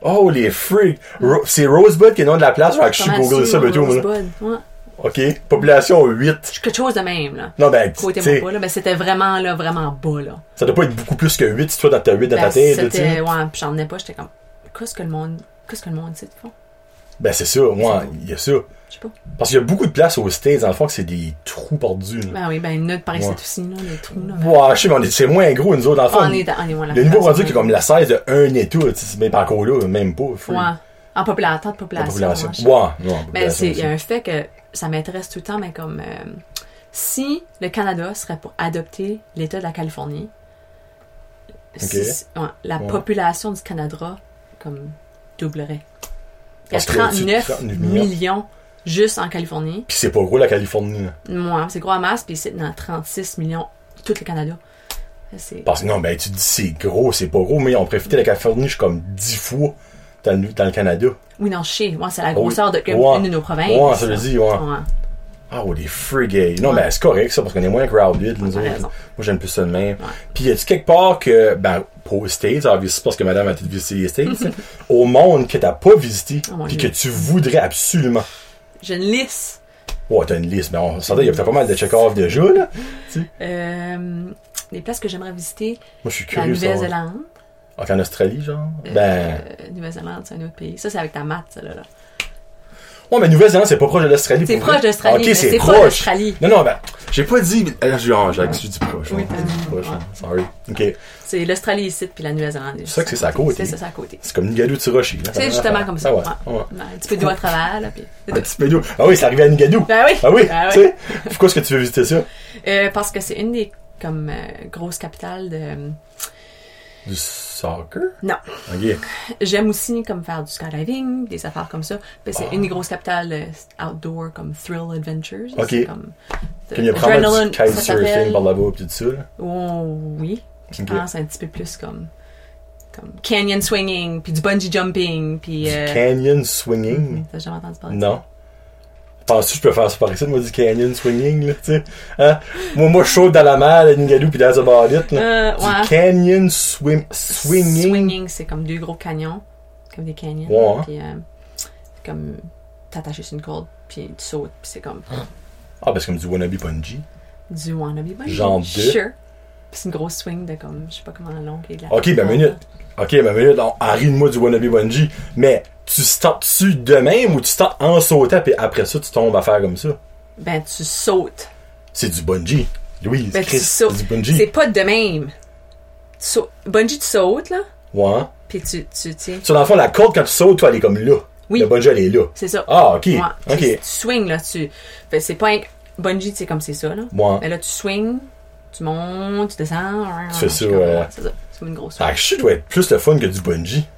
S1: Oh, les freaks! Ro- c'est Rosebud qui est le nom de la place. Fait que je suis
S2: Comment
S1: googlé
S2: tu-
S1: ça, mais tout, moi, là.
S2: Rosebud, ouais.
S1: OK. Population 8.
S2: Quelque chose de même, là.
S1: Non, ben, tu
S2: Côté
S1: sais,
S2: mon bas, là. Ben, c'était vraiment, là, vraiment bas, là.
S1: ça doit pas être beaucoup plus que 8 si toi, dans ta 8 dans
S2: Ben,
S1: ta tête, là, tu sais.
S2: c'était. Ouais, puis j'en venais pas, j'étais comme. Qu'est-ce que le monde. Qu'est-ce que le monde sait de fond?
S1: Ben, c'est ça, moi,
S2: C'est
S1: il y a ça.
S2: Je sais pas.
S1: Parce qu'il y a beaucoup de places aux States, dans le fond, que c'est des trous perdus, là.
S2: Ben oui, ben, notre Paris,
S1: Ouais.
S2: c'est aussi, là, les trous, là.
S1: Ouais, je sais, mais on est- c'est moins gros, nous autres, dans le fond.
S2: on est, on est loin de la
S1: Le
S2: France,
S1: Nouveau-Brunswick
S2: ouais.
S1: est comme la 16 de 1 et tout, tu sais, même pas encore là, même pas. free.
S2: Ouais. En popula- tant de population.
S1: La population.
S2: hein, je-
S1: Ouais, non, en
S2: Mais
S1: population
S2: c'est- il y
S1: aussi.
S2: a un fait que ça m'intéresse tout le temps, mais comme euh, si le Canada serait pour adopter l'État de la Californie, si- si- ouais, la
S1: Ouais.
S2: population du Canada comme doublerait. Il y a
S1: Parce que tu-
S2: 39
S1: 39 millions.
S2: millions juste en Californie.
S1: Puis c'est pas gros, la Californie. là.
S2: Moi, hein, c'est gros à masse, puis c'est dans 36 millions tout le Canada. C'est
S1: Parce que non, ben, tu dis c'est gros, c'est pas gros, mais on préfère la Californie, je suis comme 10 fois dans le, dans le Canada.
S2: Oui, non, je sais. Ouais, c'est la
S1: Ah Oui.
S2: grosseur de
S1: Ouais.
S2: une de nos provinces.
S1: Ouais, ça veut dire, ouais.
S2: Ouais,
S1: Ah, oh, des frigay. Non,
S2: Ouais.
S1: ben, c'est correct, ça, parce qu'on est moins crowded, nous
S2: t'as
S1: autres.
S2: raison.
S1: Moi, j'aime plus ça de même. Puis, y a-tu quelque part que, ben, pas aux States, obviously, parce que madame a tout visité les States, au monde que t'as pas visité,
S2: Oh, mon
S1: puis que
S2: Dieu.
S1: tu voudrais absolument.
S2: J'ai une liste.
S1: Ouais, t'as une liste, mais on s'entend, il y a peut-être pas mal de check-off déjà, là.
S2: Euh, les places que j'aimerais visiter,
S1: Moi, je suis
S2: la
S1: curieux. ça.
S2: Nouvelle-Zélande.
S1: Ok, en Australie, genre? Ben.
S2: Euh, Nouvelle-Zélande, c'est un autre pays. Ça, c'est avec ta maths, ça, là. là.
S1: Ouais, mais Nouvelle-Zélande, c'est pas proche de l'Australie.
S2: C'est
S1: pour vrai.
S2: proche d'Australie,
S1: Ok,
S2: mais
S1: c'est
S2: c'est pas
S1: proche.
S2: l'Australie.
S1: Non, non, ben, j'ai pas dit. mais- Ah, j'ai ah, j'ai j'ai dit proche.
S2: Oui,
S1: ouais.
S2: t'as
S1: J'ai dit
S2: dit,
S1: proche,
S2: ouais.
S1: hein. Sorry. Ok.
S2: C'est l'Australie ici, puis la Nouvelle-Zélande.
S1: C'est ça que c'est à côté.
S2: C'est ça, c'est à côté.
S1: C'est comme Nigadou Tirochi. là.
S2: C'est justement comme ça.
S1: Ah
S2: ouais.
S1: ouais. ouais.
S2: Ouais, Un petit peu de doigt à travers, là. Puis...
S1: Un petit peu d'eau. Ah oui, c'est arrivé à Nigadou.
S2: Ben oui!
S1: Ah oui,
S2: Ben
S1: tu sais. Pourquoi est-ce que tu veux visiter ça?
S2: Euh, parce que c'est une des comme euh, grosses capitales de.
S1: Du soccer?
S2: Non.
S1: Ok.
S2: J'aime aussi comme faire du skydiving, des affaires comme ça. Puis
S1: Ah.
S2: c'est une des grosses capitales euh, outdoor comme thrill adventures.
S1: Ok.
S2: C'est Comme, euh,
S1: Comme il y a probablement du kitesurfing par là-bas pis tout ça, là.
S2: Oh oui. Puis
S1: Ok.
S2: je pense Ah, un petit peu plus comme, comme canyon swinging, puis du bungee jumping, puis...
S1: Du
S2: euh, Mm, Mm-hmm.
S1: canyon swinging?
S2: T'as jamais entendu parler de
S1: Non. Penses-tu que je peux faire ça par ici, moi, du canyon swinging, là, tu sais? Hein? Moi, moi, je saute dans la mer, à Nigadou pis dans la barrette,
S2: ça?
S1: là.
S2: Euh,
S1: Du
S2: ouais.
S1: canyon swim, swinging.
S2: Swinging, c'est comme deux gros canyons, comme des canyons.
S1: Ouais, hein.
S2: Puis euh, comme t'attaches sur une corde, puis tu sautes, puis c'est comme
S1: Ah, parce que comme du wannabe bungee.
S2: du wannabe bungee.
S1: Genre deux.
S2: Sure. Puis c'est une grosse swing de comme, je sais pas comment long et de la
S1: Ok, ben minute. Ok, ben minute, on arrive moi du wannabe bungee. Mais tu startes-tu de même ou tu startes en sautant puis après ça tu tombes à faire comme ça?
S2: Ben tu sautes.
S1: C'est du bungee. Louis,
S2: Ben
S1: Chris,
S2: tu sautes.
S1: c'est du
S2: C'est
S1: bungee.
S2: pas de même. Tu sautes- Bungee, tu sautes, là,
S1: Ouais. hein?
S2: puis tu, tu tiens.
S1: So, dans le fond, la corde quand tu sautes, toi, elle est comme là.
S2: Oui.
S1: Le bungee, elle est là.
S2: C'est ça.
S1: Ah, ok.
S2: Ouais.
S1: Ok.
S2: Tu, tu swings, là. Tu... Fait, c'est pas un... Bungee, tu sais, comme c'est ça, là.
S1: Ouais. hein?
S2: Mais là, tu swings, tu montes, tu descends. hein,
S1: Tu fais ça,
S2: Je sais pas,
S1: ouais.
S2: C'est ça. C'est comme une grosse
S1: Ah, je dois être plus le fun que du bungee.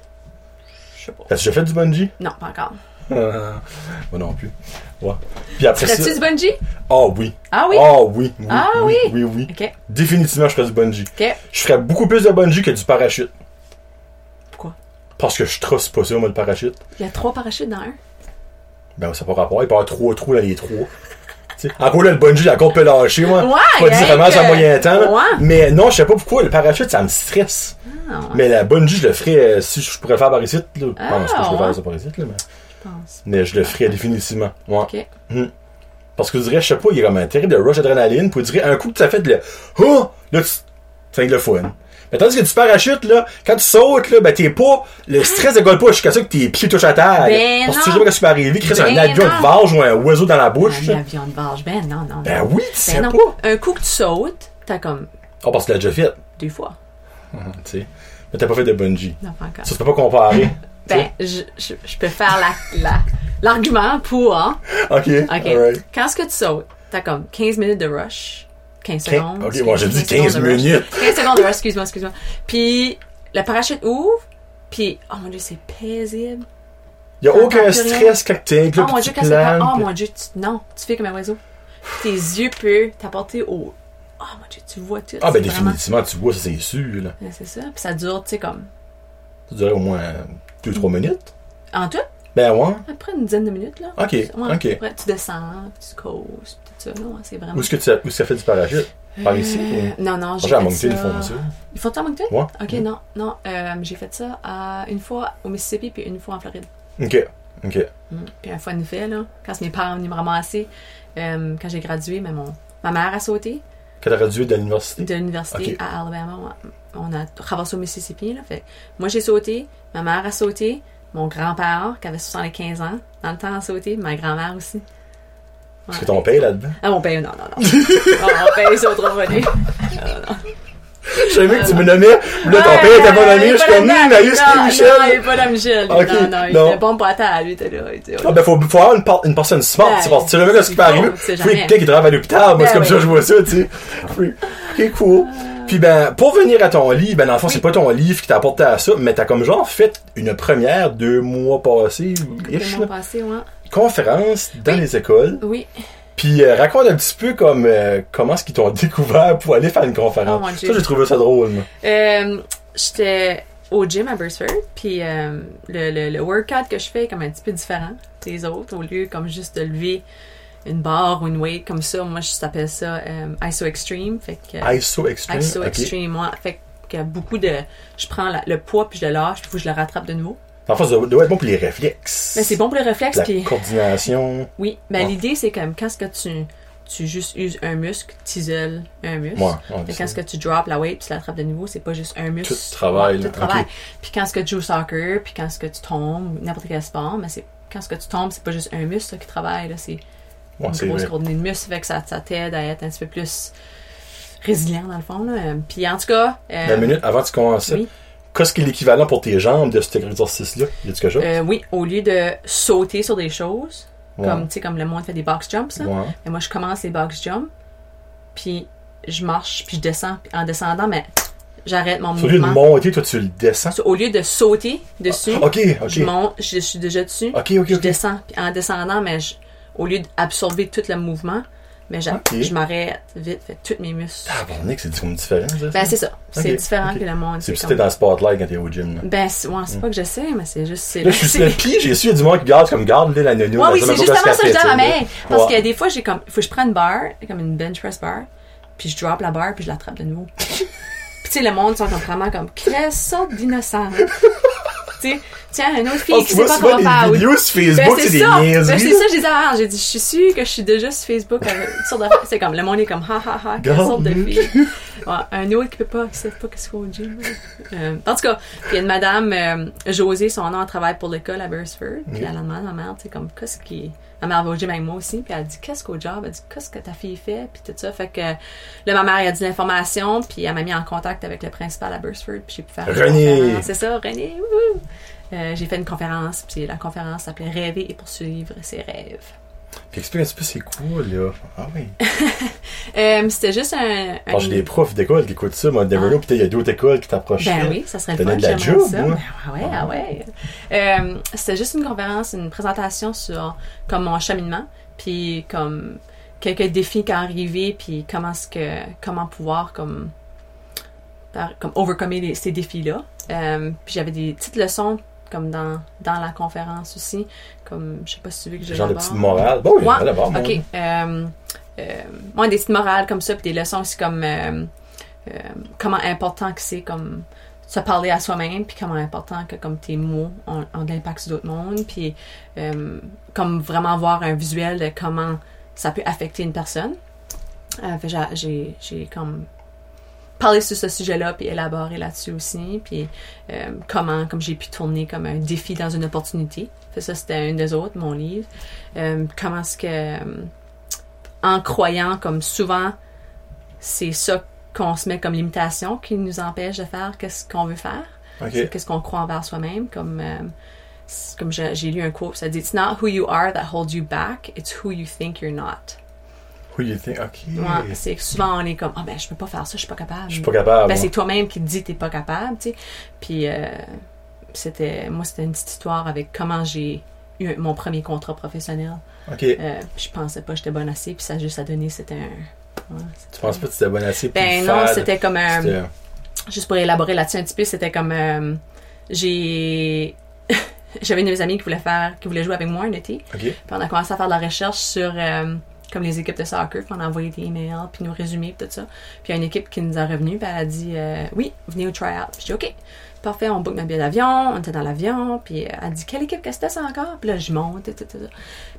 S2: Je sais pas.
S1: T'as déjà fait du bungee?
S2: Non, pas encore.
S1: Euh, moi non plus. Ouais. Puis après ça.
S2: Ferais-tu du bungee?
S1: Ah oui.
S2: Ah oui?
S1: Ah oui. oui,
S2: Ah
S1: oui.
S2: oui.
S1: Oui, oui.
S2: OK.
S1: Définitivement, je ferais du bungee.
S2: OK.
S1: Je ferais beaucoup plus de bungee que du parachute.
S2: Pourquoi?
S1: Parce que je trosse pas ça, moi, le parachute.
S2: Il y a trois parachutes dans un.
S1: Ben, ça n'a pas rapport. Il peut y avoir trois trous dans les trois. Tu sais, Encore là, le bungee, la corde peut lâcher, moi.
S2: Ouais,
S1: pas dit
S2: hey,
S1: vraiment
S2: que-
S1: ça moyen temps. là.
S2: Ouais.
S1: Mais non, je sais pas pourquoi. Le parachute, ça me stresse.
S2: Ah, ouais,
S1: Mais la bungee, je le ferais euh, si je pourrais le faire par ici. Là. Non,
S2: Ah,
S1: c'est pas que je peux
S2: ouais.
S1: faire ça par ici, là, mais...
S2: je pense.
S1: mais je le ferais définitivement. Ouais.
S2: OK.
S1: Parce que je dirais, je sais pas, il y a comme un terrible rush d'adrénaline. Puis je dirais, un coup que tu as fait le. Oh! Là, tu. C'est le fun. Mais tandis que du parachute, là, quand tu sautes, là, ben t'es pas. Le stress ne gole pas jusqu'à ça que tes pieds touchent à terre.
S2: Ben
S1: Parce que tu sais
S2: non.
S1: jamais quand tu vas arriver, Chris, un
S2: Ben
S1: avion
S2: non.
S1: de varge ou un oiseau dans la bouche.
S2: Un
S1: là.
S2: avion de barge. Ben non, non.
S1: Ben
S2: non.
S1: oui, tu sais
S2: Ben non.
S1: pas.
S2: Un coup que tu sautes, t'as comme
S1: Oh, parce que tu l'as déjà fait.
S2: deux fois.
S1: Tu sais. Mais t'as pas fait de bungee.
S2: Non, pas encore.
S1: Ça, tu peux pas comparer.
S2: Ben, je, je, je peux faire la- la- l'argument pour... hein,
S1: ok.
S2: OK.
S1: alright.
S2: Quand est-ce que tu sautes, t'as comme 15 minutes de rush. 15
S1: Quin-
S2: secondes.
S1: Ok, moi j'ai dit 15
S2: 15 secondes de rush.
S1: minutes.
S2: 15 secondes de rush, excuse-moi, excuse-moi. Puis, le parachute ouvre, puis, oh mon dieu, c'est paisible.
S1: Y a
S2: T'entends
S1: aucun
S2: plus rien.
S1: stress quand t'es là.
S2: oh mon
S1: puis
S2: dieu,
S1: tu
S2: quand c'est pas.
S1: planes,
S2: Oh
S1: puis-
S2: mon dieu, tu, non, tu fais comme un oiseau. Tes yeux peuvent t'apporter au. Oh mon dieu, tu vois tout.
S1: Ah, ben
S2: c'est vraiment-
S1: définitivement, tu vois, ça c'est sûr, là.
S2: Ouais, C'est ça, puis ça dure, tu sais, comme.
S1: Ça durait au moins 2-3 minutes.
S2: En tout,
S1: Ben ouais.
S2: après une dizaine de minutes, là.
S1: Ok,
S2: Ouais,
S1: ok.
S2: après, tu descends, puis tu causes, puis tout ça. Non, ouais, c'est vraiment.
S1: Où est-ce que tu as, où est-ce que tu as fait du parachute? Par ici?
S2: Euh,
S1: ou-
S2: Non, non, j'ai
S1: J'ai à
S2: fait
S1: Moncton,
S2: ça.
S1: ils font ça.
S2: Ils font ça à Moncton?
S1: Ouais.
S2: Ok, non, non. euh, j'ai fait ça à- une fois au Mississippi puis une fois en Floride.
S1: Ok. Ok.
S2: Mm. Puis un fun fait, là, quand mes parents venaient me ramasser, euh, quand j'ai gradué, mais mon, ma mère a sauté
S1: Quand t'as gradué de l'université.
S2: de l'université
S1: Ok.
S2: à Alabama. On a traversé au Mississippi. Là, fait. Moi, j'ai sauté, ma mère a sauté, mon grand-père, qui avait 75 ans, dans le temps, a sauté, ma grand-mère aussi.
S1: Est-ce que ton père est là-dedans?
S2: Ah, mon père, non, non, non. non mon père, c'est autre revenu.
S1: Je savais que tu me nommais. Là, ton père était bon ami. Je suis comme, hum, Marius
S2: Non, Non, il est
S1: Michel.
S2: pas là, Michel. lui.
S1: Ok,
S2: Non, non, il
S1: non.
S2: était bon pour terre, lui, il était là. il était-
S1: Ah, ben, faut, faut avoir une, par- une personne smart,
S2: Ben,
S1: tu penses. Tu sais jamais ce qui peut
S2: c'est
S1: arriver.
S2: bon, tu sais
S1: Faut
S2: jamais.
S1: quelqu'un qui travaille à l'hôpital. Moi,
S2: Ben
S1: c'est comme
S2: oui. Euh.
S1: ça que je vois ça, tu sais. Oui. Ok, cool. Puis ben, pour venir à ton livre, ben dans le fond, c'est pas ton livre qui t'a apporté à ça, mais t'as comme genre fait une première deux mois passés, ish,
S2: C'était
S1: là,
S2: mon passé, ouais.
S1: conférence dans
S2: Oui.
S1: les écoles.
S2: Oui.
S1: Puis euh, raconte un petit peu comme euh, comment est-ce qu'ils t'ont découvert pour aller faire une conférence.
S2: Oh, mon Dieu.
S1: ça, j'ai trouvé ça drôle. moi.
S2: Euh, J'étais au gym à Burstford, puis euh, le, le, le workout que je fais est comme un petit peu différent des autres. Au lieu comme juste de lever une barre ou une weight comme ça, moi je s'appelle ça euh, ISO Extreme. Fait que,
S1: ISO Extreme.
S2: ISO
S1: ok.
S2: Euh, Extreme, moi. Fait que beaucoup de. Je prends la- le poids puis je le lâche, puis faut que je le rattrape de nouveau.
S1: En fait, ça doit doit être bon pour les réflexes.
S2: Mais c'est bon pour le réflexe,
S1: La
S2: puis
S1: coordination.
S2: oui. Mais
S1: Ouais.
S2: l'idée c'est comme quand est-ce que tu, tu juste uses un muscle, t'isoles un muscle.
S1: Moi, on dit
S2: Fait quand ce
S1: ça.
S2: que tu drops la weight puis tu l'attrapes de nouveau, c'est pas juste un muscle.
S1: Tout le travail,
S2: Ouais,
S1: là.
S2: tout le travail.
S1: Ok.
S2: Puis quand ce que tu joues au soccer, puis quand ce que tu tombes, n'importe quel sport, mais c'est quand ce que tu tombes, c'est pas juste un muscle là, qui travaille, là, c'est
S1: Ouais, c'est
S2: une grosse
S1: vrai.
S2: coordonnée de muscles, fait que ça, ça t'aide à être un petit peu plus résilient dans le fond. Là. Euh, Puis en tout cas, euh,
S1: La minute avant que tu commences ça,
S2: oui.
S1: qu'est-ce qui est l'équivalent pour tes jambes de cet exercice-là? Y a-tu quelque chose?
S2: euh, oui, au lieu de sauter sur des choses,
S1: Ouais.
S2: comme tu sais, comme le monde fait des box jumps, là,
S1: Ouais.
S2: mais moi je commence les box jumps, puis je marche, puis je descends, puis en descendant, mais j'arrête mon
S1: Au lieu de
S2: mouvement.
S1: monter, toi, tu le descends.
S2: So, au lieu de sauter dessus,
S1: Ok, Ah, ok.
S2: je monte, je, je suis déjà dessus,
S1: Ok, ok,
S2: je
S1: ok.
S2: descends. Puis en descendant, mais je- au lieu d'absorber tout le mouvement, mais j'a-
S1: Ok.
S2: je m'arrête vite, fait toutes mes muscles.
S1: Ah, bon, Nick, c'est comme différent, ça.
S2: Ben c'est ça, c'est
S1: Ok,
S2: différent
S1: ok.
S2: que le monde.
S1: c'est
S2: c'est
S1: plus
S2: comme-
S1: t'es dans le spotlight quand t'es au gym. Là,
S2: Ben c'est ouais, c'est pas que j'essaie, mais c'est juste c'est
S1: Là, je suis
S2: c'est-
S1: le pire, j'ai su, il y a du monde qui garde comme garde là, la nounou.
S2: Ouais,
S1: là,
S2: oui,
S1: ça
S2: c'est
S1: m'a pas
S2: justement ça
S1: presque
S2: que je dis à ma
S1: fait,
S2: mère.
S1: tu sais, là.
S2: Parce
S1: Ouais.
S2: que des fois, j'ai comme, faut que je prenne une barre, comme une bench press bar, puis je drop la barre, puis je l'attrape de nouveau. puis tu sais, le monde sont comme vraiment comme, quelle sorte d'innocent. hein? tu sais, tiens, une autre
S1: Oh,
S2: fille qui
S1: tu
S2: sait
S1: vois
S2: pas
S1: souvent
S2: comment
S1: des
S2: faire.
S1: vidéos sur
S2: Ben,
S1: Facebook, c'est
S2: c'est
S1: des
S2: ça, Ben,
S1: niaiseries.
S2: c'est ça, j'ai dit à ma mère, j'ai dit, je suis sûre que je suis déjà sur Facebook avec une sorte de... C'est comme, le monde est comme, ha ha ha, quelle
S1: Garde.
S2: sorte de fille. Ouais, un autre qui peut pas, qui sait pas qu'est-ce qu'il faut au gym. Euh, en tout cas, puis il y a une madame, euh, Josée, son nom, elle travaille pour l'école à Beresford.
S1: Oui.
S2: Puis elle a demandé à ma mère, tu sais, comme, qu'est-ce qui. Ma mère va au gym avec moi aussi, puis elle dit, qu'est-ce qu'au job? Elle dit, qu'est-ce que ta fille fait? Puis tout ça. Fait que là, ma mère, elle a dit l'information, puis elle m'a mis en contact avec le principal à Beresford, puis j'ai pu faire. une
S1: René.
S2: conférence. C'est ça, René. wouhou! Euh, j'ai fait une conférence, puis la conférence s'appelait Rêver et poursuivre ses rêves.
S1: Puis explique un petit peu c'est quoi, là. Ah oui.
S2: Ben Euh, c'était juste un. un-
S1: Parce que j'ai des profs d'école qui écoutent ça, moi, Devereux, pis il y a d'autres écoles qui t'approchent.
S2: Ah. Ben oui, ça serait le
S1: Donner
S2: fun,
S1: de la
S2: j'aimerais
S1: job,
S2: ça.
S1: moi.
S2: Ben ouais, ah ouais. Euh, c'était juste une conférence, une présentation sur comme mon cheminement, puis comme quelques défis qui arrivaient, puis comment ce que comment pouvoir comme par- comme overcomer les- ces défis-là. Euh, puis j'avais des petites leçons comme dans, dans la conférence aussi, comme je sais pas si tu veux que je
S1: Genre de
S2: l'aborde.
S1: petite morale. Bon, oui,
S2: Ouais.
S1: à la barre,
S2: Ok.
S1: moi.
S2: Euh, euh, moi, des petites morales comme ça, puis des leçons aussi comme euh, euh, comment important que c'est comme se parler à soi-même, puis comment important que comme tes mots ont, ont de l'impact sur d'autres mondes, puis euh, comme vraiment voir un visuel de comment ça peut affecter une personne. Euh, fait, j'a- j'ai, j'ai comme parlé sur ce sujet-là, puis élaboré là-dessus aussi, puis euh, comment comme j'ai pu tourner comme un défi dans une opportunité. Fait, ça, c'était un des autres, mon livre. Euh, comment est-ce que, euh, en croyant comme souvent, c'est ça qu'on se met comme limitation qui nous empêche de faire qu'est-ce qu'on veut faire,
S1: Ok.
S2: C'est qu'est-ce qu'on croit envers soi-même, comme euh, c'est- comme j'ai j'ai lu un quote, ça dit It's not who you are that holds you back, it's who you think you're not.
S1: Oui, il était. Ok.
S2: Ouais, c'est que souvent on est comme ah ben je peux pas faire ça, je suis pas capable.
S1: Je suis pas capable. moi.
S2: Ben, c'est toi-même qui te dis que t'es pas capable, tu sais. Puis euh, c'était moi c'était une petite histoire avec comment j'ai eu mon premier contrat professionnel.
S1: Ok.
S2: Euh, je pensais pas que j'étais bonne assez, puis ça juste a donné, c'était un... ouais, c'était-
S1: Tu penses pas que tu t'es bon assez pour
S2: Ben
S1: le
S2: non,
S1: faire?
S2: c'était comme un...
S1: C'était-
S2: Juste pour élaborer là-dessus un petit peu, c'était comme... euh, J'ai... J'avais une de mes amies qui voulait faire... qui voulait jouer avec moi un été,
S1: Ok.
S2: puis on a commencé à faire de la recherche sur euh, comme les équipes de soccer, puis on a envoyé des emails, puis nous résumer, puis tout ça. Puis il y a une équipe qui nous a revenu, puis elle a dit euh, Oui, venez au try-out. Puis j'ai dit OK, parfait, on book notre billet d'avion, on était dans l'avion, puis euh, elle dit Quelle équipe que c'était ça encore Puis là, je monte, et tout, tout, tout.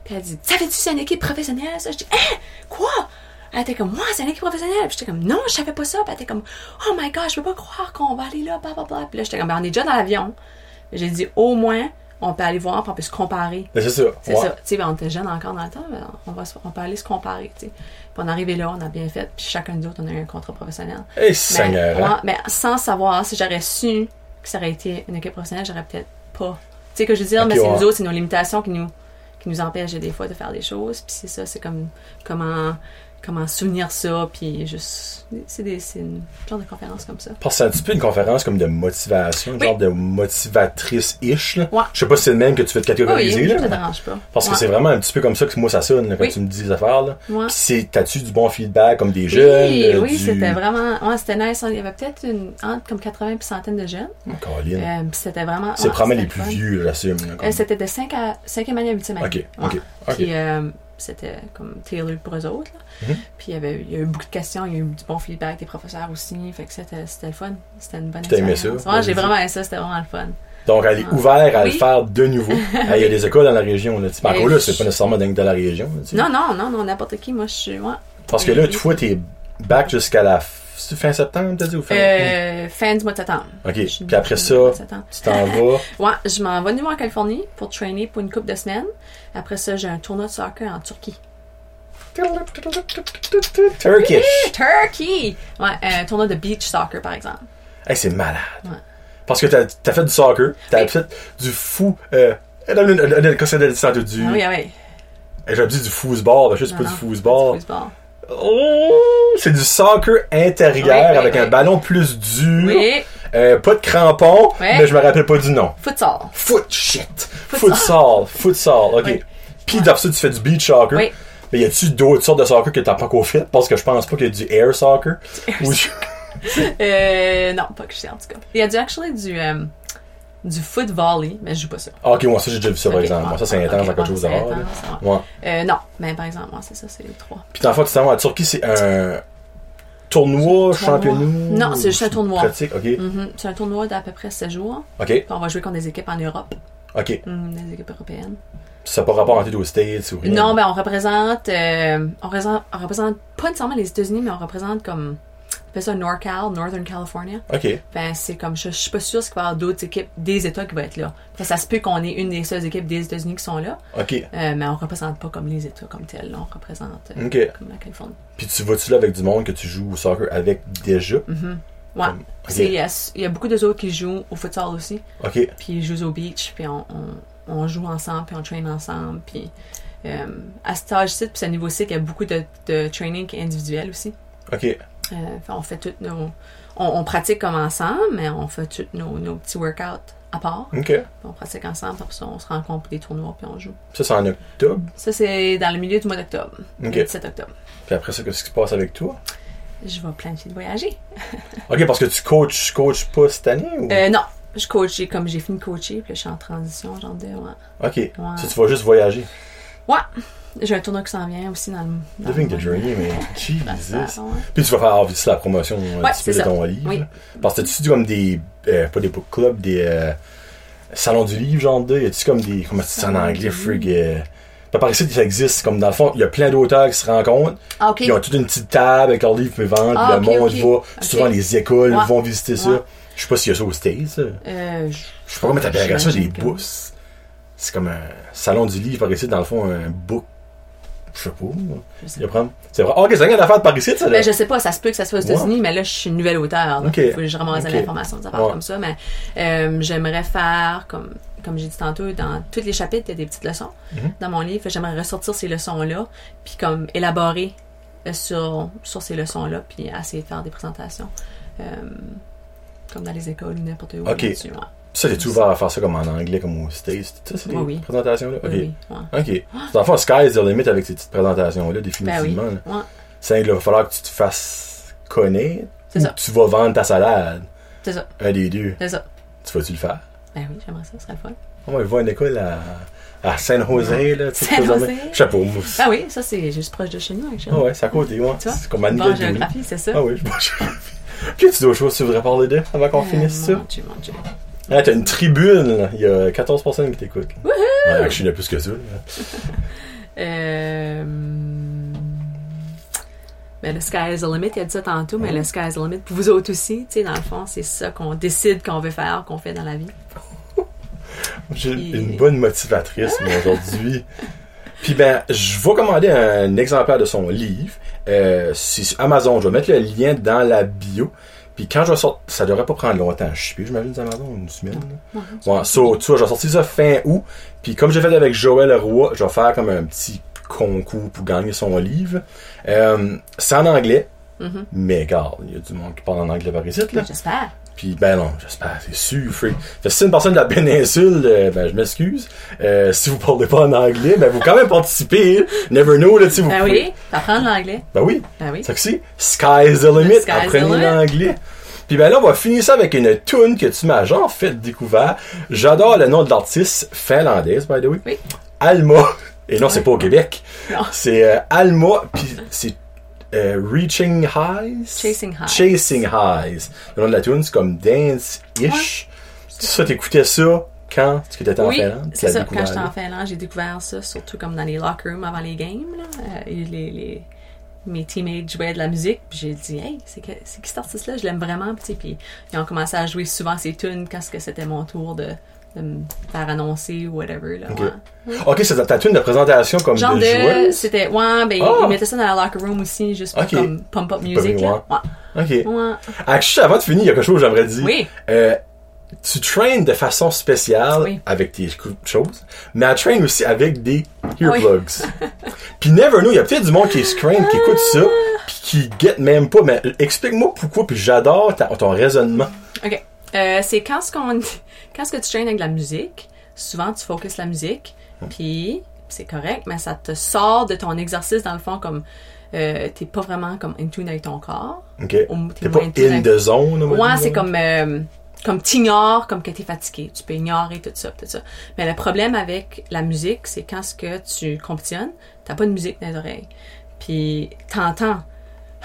S2: Puis elle dit Savais-tu c'est une équipe professionnelle ça Je dis Hein Quoi elle était comme, moi, c'est une équipe professionnelle. Puis j'étais comme, non, je savais pas ça. Puis elle était comme, oh my god, je peux pas croire qu'on va aller là, bla, bla, bla. Puis là, j'étais comme, ben, on est déjà dans l'avion. J'ai dit, au moins, on peut aller voir, puis on peut se comparer.
S1: Ben, c'est ça.
S2: C'est
S1: Ouais.
S2: ça. Tu sais, ben, on était jeunes encore dans le temps, ben, on, va se- on peut aller se comparer, tu sais. Puis on est arrivé là, on a bien fait, puis chacun de nous autres, on a eu un contrat professionnel.
S1: Eh,
S2: Mais,
S1: Seigneur.
S2: ouais,
S1: hein.
S2: mais sans savoir, si j'aurais su que ça aurait été une équipe professionnelle, j'aurais peut-être pas. Tu sais, que je veux dire,
S1: Ok,
S2: mais c'est
S1: ouais.
S2: nous autres, c'est nos limitations qui nous, qui nous empêchent des fois de faire des choses. Puis c'est ça, c'est comme comment, comment souvenir ça, puis juste. C'est des- c'est une genre de conférence comme ça.
S1: Parce que c'est un petit peu une conférence comme de motivation,
S2: Oui.
S1: genre de motivatrice-ish. là.
S2: Ouais.
S1: Je sais pas si c'est le même que tu veux te
S2: Oui,
S1: catégoriser.
S2: oui,
S1: là,
S2: ça te
S1: mais-
S2: dérange pas.
S1: Parce que
S2: Ouais.
S1: c'est vraiment un petit peu comme ça que moi ça sonne là, quand
S2: Oui.
S1: tu me dis des affaires. Là.
S2: Ouais.
S1: Puis c'est, t'as-tu du bon feedback comme des jeunes?
S2: Oui,
S1: euh,
S2: oui,
S1: du-
S2: c'était vraiment. Ouais, c'était nice. Il y avait peut-être une, entre comme 80 et centaine de jeunes.
S1: Oh, Colin.
S2: Euh, puis c'était vraiment.
S1: c'est
S2: ouais,
S1: probablement les
S2: c'était
S1: plus
S2: le fun.
S1: vieux, j'assume. là, comme-
S2: Euh, c'était de 5 à 5e année à 8e année.
S1: ok,
S2: Ouais.
S1: ok. ok.
S2: Puis euh, c'était comme Taylor pour eux autres. là.
S1: Mhm.
S2: Puis il y, avait, il y a eu beaucoup de questions, il y a eu du bon feedback des professeurs aussi. Fait que c'était c'était le fun. C'était une bonne
S1: Puis t'as aimé
S2: expérience.
S1: ça?
S2: Ouais,
S1: Ouais,
S2: j'ai
S1: j'ai
S2: vraiment aimé ça, c'était vraiment le fun.
S1: Donc elle est
S2: Ah.
S1: ouverte à le
S2: Oui.
S1: faire de nouveau. Ah, Il y a des écoles dans la région. Là, tu sais. Mais
S2: Et
S1: encore là,
S2: je-
S1: c'est pas nécessairement dingue de la région. là, tu sais.
S2: Non, non, non, non, n'importe qui, moi je suis. ouais.
S1: Parce que là, tu vois, t'es back jusqu'à la f- c'est fin septembre, t'as dit, ou fin?
S2: Euh, fin du mois de septembre.
S1: ok.
S2: Je suis
S1: Puis après
S2: du
S1: ça,
S2: mois de septembre.
S1: tu t'en vas.
S2: Ouais, je m'en vais de nouveau en Californie pour trainer pour une couple de semaines. Après ça, j'ai un tournoi de soccer en Turquie.
S1: Turkish.
S2: Turkey! Ouais, euh, un tournoi de beach soccer par exemple.
S1: Hey, c'est malade.
S2: Ouais.
S1: Parce que t'as as fait du soccer, t'as
S2: Oui.
S1: fait du fou. Euh, euh, euh, euh, euh, qu'est-ce que t'as dit tantôt? du.
S2: Ah oui, ah oui.
S1: Eh, J'avais dit du foosball, ben, je sais c'est pas
S2: Non,
S1: du
S2: non,
S1: foosball.
S2: football.
S1: Oh, c'est du soccer intérieur
S2: Oui, oui,
S1: avec
S2: oui.
S1: un ballon plus dur,
S2: Oui,
S1: euh, pas de crampons,
S2: Oui.
S1: mais je me rappelle pas du nom.
S2: futsal.
S1: Foot shit.
S2: Futsal.
S1: Futsal, futsal, ok.
S2: Oui.
S1: Puis d'après ça, tu fais du beach soccer.
S2: Oui.
S1: Mais y a-tu d'autres sortes de soccer que t'as pas qu'au fait? Parce que je pense pas qu'il y a du air soccer. Ou-
S2: Euh, non, pas que je sais en tout cas. Il y a du actually du euh, du foot volley, mais je joue pas ça.
S1: Ah, ok, moi ça j'ai déjà vu ça par
S2: Ok,
S1: exemple.
S2: ouais,
S1: Moi, ça c'est
S2: ouais,
S1: intense
S2: ok,
S1: à quelque
S2: ouais,
S1: chose
S2: c'est
S1: d'avoir.
S2: intense, ouais.
S1: Ouais.
S2: Euh, non, mais par exemple, moi c'est ça, c'est les trois.
S1: Puis dans le fond, tu t'en vas en Turquie, c'est un tournoi, championnat.
S2: Non, c'est juste un tournoi.
S1: Pratique, ok.
S2: Mhm. C'est un tournoi d'à peu près 7 jours.
S1: Ok,
S2: Puis on va jouer contre des équipes en Europe,
S1: ok.
S2: Mhm, des équipes européennes.
S1: Ça n'a pas rapport à aux States ou rien.
S2: Non, ben on représente, euh, on représente, on représente pas nécessairement les États-Unis, mais on représente comme on appelle ça NorCal, Northern California.
S1: Ok.
S2: Ben, c'est comme je, je suis pas sûre qu'il va y avoir d'autres équipes des États qui vont être là. Fait que ça se peut qu'on ait une des seules équipes des États-Unis qui sont là.
S1: OK.
S2: Euh, mais on représente pas comme les États comme tels. là. On représente euh,
S1: OK.
S2: comme la Californie.
S1: Puis tu vas-tu là avec du monde que tu joues au soccer avec déjà?
S2: Mhm. Ouais.
S1: Comme- ok.
S2: C'est- Il y, a- il y a beaucoup de autres qui jouent au futsal aussi,
S1: OK.
S2: puis ils jouent au beach, puis on, on- on joue ensemble, puis on traîne ensemble. Puis euh, à cet âge-ci, puis ce niveau-ci, il y a beaucoup de, de training individuel aussi.
S1: OK.
S2: Euh, fait, on fait toutes nos. On, on pratique comme ensemble, mais on fait tous nos, nos petits workouts à part.
S1: OK.
S2: Puis On pratique ensemble, puis après ça, on se rencontre pour des tournois, puis on joue.
S1: Ça, c'est en octobre.
S2: Ça, c'est dans le milieu du mois d'octobre, le
S1: OK.
S2: 17 octobre.
S1: Puis après ça, qu'est-ce qui se passe avec toi?
S2: Je vais planifier de voyager.
S1: OK, parce que tu coaches, tu coaches pas cette année ou?
S2: Euh, non, je coach, j'ai- comme j'ai fini de coacher, puis là, je suis en transition, genre de, ouais.
S1: OK. Ça, tu vas juste voyager.
S2: J'ai un tournoi qui s'en vient aussi dans le. dans
S1: Living
S2: le-
S1: the journey, mais
S2: dans Ah, Bah, ça,
S1: Jesus.
S2: ouais.
S1: Puis tu vas faire obviously la promotion un
S2: Ouais,
S1: petit peu
S2: c'est
S1: de
S2: ça.
S1: ton livre.
S2: Oui.
S1: là. Parce que tu dis comme des. euh, pas des book clubs, des. euh, salons du livre, genre de. Y a-tu comme des. Comment tu dis ça en
S2: Salons
S1: anglais,
S2: du
S1: frig? Euh, ben, par ici, ça existe. Comme dans le fond, il y a plein d'auteurs qui se rencontrent.
S2: Ah, ok.
S1: Ils ont toute une petite table avec leurs livres, puis vendent.
S2: Ah,
S1: puis
S2: ok,
S1: le monde
S2: ok.
S1: va.
S2: Ok.
S1: Souvent, les écoles
S2: Ouais.
S1: vont visiter
S2: Ouais.
S1: ça. Je sais pas s'il y a ça aux States. ça.
S2: Euh, je-
S1: Je sais pas comment t'appellerais ça, des
S2: J'imagine que-
S1: bourses. C'est comme un salon du livre par ici, dans le fond, un book. Je sais pas. moi.
S2: je sais
S1: Il y a vraiment- C'est vrai. Ah, ok, c'est rien d'affaire de par ici, ça,
S2: pas.
S1: là.
S2: Ben, je sais pas, ça se peut que ça soit aux
S1: Hein? Ouais.
S2: États-Unis, mais là, je suis une nouvelle auteure. là.
S1: Ok.
S2: Faut que je ramasse
S1: Ok.
S2: de l'information, des affaires
S1: Ouais.
S2: comme ça. Mais euh, j'aimerais faire, comme, comme j'ai dit tantôt, dans tous les chapitres, il y a des petites leçons
S1: Mhm.
S2: dans mon livre. Fait que J'aimerais ressortir ces leçons-là, puis comme élaborer euh, sur, sur ces leçons-là, puis essayer de faire des présentations. euh, comme dans les écoles ou n'importe où.
S1: Ok.
S2: là-dessus, ouais.
S1: Ça, t'es-tu ouvert à faire ça comme en anglais, comme aux States? Ça, c'est des
S2: Oui, Ah oui.
S1: présentations-là?
S2: Oui,
S1: Ok.
S2: oui, ouais.
S1: Ok. Dans le fond, sky is the limit avec ces petites
S2: Ben
S1: présentations-là, définitivement. là.
S2: Ouais.
S1: C'est il va falloir que tu te fasses connaître
S2: C'est
S1: ou
S2: ça.
S1: que tu vas vendre ta salade.
S2: C'est ça.
S1: Un des deux.
S2: C'est ça.
S1: Tu vas-tu le faire?
S2: Ben oui, j'aimerais ça, ce serait le fun.
S1: On va voir une école à, à San Jose, là. tu sais,
S2: Ah. San
S1: quelque chose de
S2: Jose.
S1: même. Chapeau, moi.
S2: Ah oui, ça, c'est juste proche de chez nous, actually.
S1: Ah ouais, c'est à côté, ouais.
S2: Tu vois?
S1: C'est comme à
S2: Bon, en
S1: Nouvelle-Guinée.
S2: géographie, c'est ça.
S1: Ah oui, je Puis tu d'autres choses que tu voudrais parler de avant qu'on
S2: Euh,
S1: finisse ça?
S2: Mon Dieu, mon Dieu.
S1: Ah, t'as une tribune, là. il y a 14 personnes qui t'écoutent.
S2: Wouhou!
S1: Ouais, je suis de plus que ça. là.
S2: Euh, Ben, le sky is the limit, il a dit ça tantôt, mais
S1: Mm.
S2: le sky is the limit pour vous autres aussi, tu sais, dans le fond, c'est ça qu'on décide qu'on veut faire, qu'on fait dans la vie.
S1: J'ai
S2: Puis-
S1: une bonne motivatrice moi, aujourd'hui. Puis ben, je vais commander un exemplaire de son livre. Euh, c'est sur Amazon. Je vais mettre le lien dans la bio. Puis quand je vais sortir, ça devrait pas prendre longtemps. Je suis, je m'imagine, sur Amazon une semaine. là. Ouais, so, tu vois, je vais sortir ça fin août. Puis comme j'ai fait avec Joël Roy, je vais faire comme un petit concours pour gagner son livre. Euh, c'est en anglais,
S2: Mhm.
S1: mais regarde, il y a du monde qui parle en anglais par ici, là.
S2: J'espère.
S1: Puis ben non, j'espère, c'est sûr, free. Fait que si c'est une personne de la péninsule, euh, ben je m'excuse. Euh, si vous parlez pas en anglais, ben vous quand même participez. hein. Never know, là, si vous
S2: Ben
S1: pouvez.
S2: oui, t'apprends l'anglais.
S1: Ben oui.
S2: Ben oui.
S1: Ça que c'est Sky's the limit.
S2: Sky's the
S1: Apprenez
S2: limit.
S1: l'anglais. Puis ben là, on va finir ça avec une tune que tu m'as genre fait découvert. J'adore le nom de l'artiste finlandaise, by the way.
S2: Oui.
S1: Alma. Et non, c'est pas au Québec.
S2: Non.
S1: C'est euh, Alma, puis c'est euh, Reaching Highs.
S2: Chasing Highs.
S1: Chasing Highs. Le nom de la tune, c'est comme Dance-ish. Ça, t'écoutais ça quand tu étais en
S2: Oui,
S1: Finlande? tu
S2: c'est
S1: l'as
S2: ça.
S1: découvert
S2: Quand j'étais
S1: là.
S2: en Finlande, j'ai découvert ça, surtout comme dans les locker rooms avant les games. Là. Euh, et les, les- Mes teammates jouaient de la musique, puis j'ai dit, hey, c'est que- c'est qui cet artiste-là? Je l'aime vraiment. Puis, tu sais, puis ils ont commencé à jouer souvent ces tunes quand ce que c'était mon tour de, de me faire annoncer ou whatever. Là,
S1: Ok.
S2: ouais.
S1: Ok, c'est ta tune de présentation comme
S2: Genre
S1: de
S2: de.
S1: joueuse?
S2: C'était. Ouais, ben,
S1: Ah!
S2: ils mettaient ça dans la locker room aussi, juste pour
S1: Ok.
S2: comme pump up music. Là.
S1: Ok.
S2: Ouais. Ouais.
S1: Ah, juste avant de finir, il y a quelque chose que j'aimerais dire.
S2: Oui.
S1: Euh, tu traînes de façon spéciale
S2: Oui.
S1: avec tes cou- choses, mais elle traîne aussi avec des
S2: oui.
S1: earplugs. puis never know, il y a peut-être du monde qui scream, qui écoute ça,
S2: Ah!
S1: puis qui guette même pas, mais explique-moi pourquoi, puis j'adore ta- ton raisonnement.
S2: OK. Euh, c'est quand ce qu'on quand ce que tu traînes avec la musique, souvent tu focuses la musique, puis c'est correct, mais ça te sort de ton exercice dans le fond comme euh, t'es pas vraiment comme in tune avec ton corps.
S1: Ok?
S2: Ou
S1: T'es
S2: t'es
S1: pas
S2: moins in tune
S1: in
S2: avec-
S1: the zone. on va
S2: Ouais,
S1: dire.
S2: c'est comme euh, comme t'ignores, comme que t'es fatigué. Tu peux ignorer tout ça, tout ça. Mais le problème avec la musique, c'est quand ce que tu compétitionnes, t'as pas de musique dans les oreilles, puis t'entends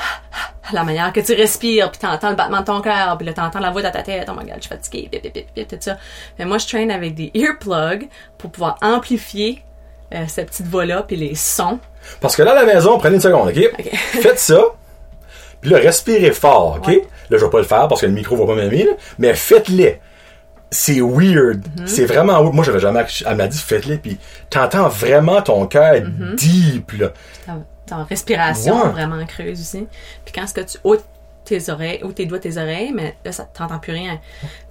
S2: la manière que tu respires, puis t'entends le battement de ton cœur, puis là t'entends la voix dans ta tête, oh my god, je suis fatiguée, pip, pip, pip, pip, tout ça. Mais moi, je traîne avec des earplugs pour pouvoir amplifier euh, cette petite voix-là, puis les sons.
S1: Parce que là, à la maison, prenez une seconde, ok?
S2: Ok.
S1: Faites ça. Puis là, respirez fort, ok?
S2: Ouais.
S1: Là, je vais pas le faire parce que le micro va pas m'aimer, là, mais faites-le. C'est weird.
S2: Mm-hmm.
S1: C'est vraiment weird. Moi, j'avais jamais. Elle m'a dit, faites-le, puis t'entends vraiment ton cœur
S2: Mm-hmm.
S1: deep, là.
S2: ta, ta respiration
S1: Ouais.
S2: vraiment creuse aussi. Puis quand ce que tu ôtes tes oreilles, ou tes doigts tes oreilles, mais là, ça t'entends plus rien.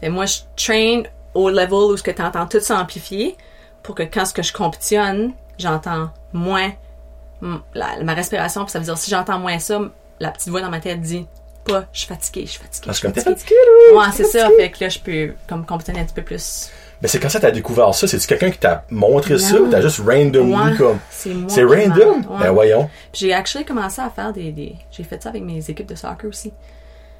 S2: Fait moi, je train au level où ce que t'entends tout s'amplifier pour que quand ce que je compétitionne, j'entends moins m- la- ma respiration. Puis ça veut dire, si j'entends moins ça, la petite voix dans ma tête dit pas, je suis fatiguée, je suis fatiguée.
S1: Parce
S2: je
S1: que comme
S2: suis
S1: t'es
S2: fatiguée.
S1: fatigué, là.
S2: Ouais, c'est ça. Fait que là, je peux comme compétitionner un petit peu plus.
S1: Mais c'est quand ça t'as découvert ça? C'est-tu quelqu'un qui t'a montré ça
S2: Non.
S1: ou t'as juste randomly
S2: Ouais,
S1: comme.
S2: c'est moi
S1: C'est
S2: qui
S1: random?
S2: m'en- ouais.
S1: Ben voyons.
S2: Puis J'ai actually commencé à faire des, des- J'ai fait ça avec mes équipes de soccer aussi.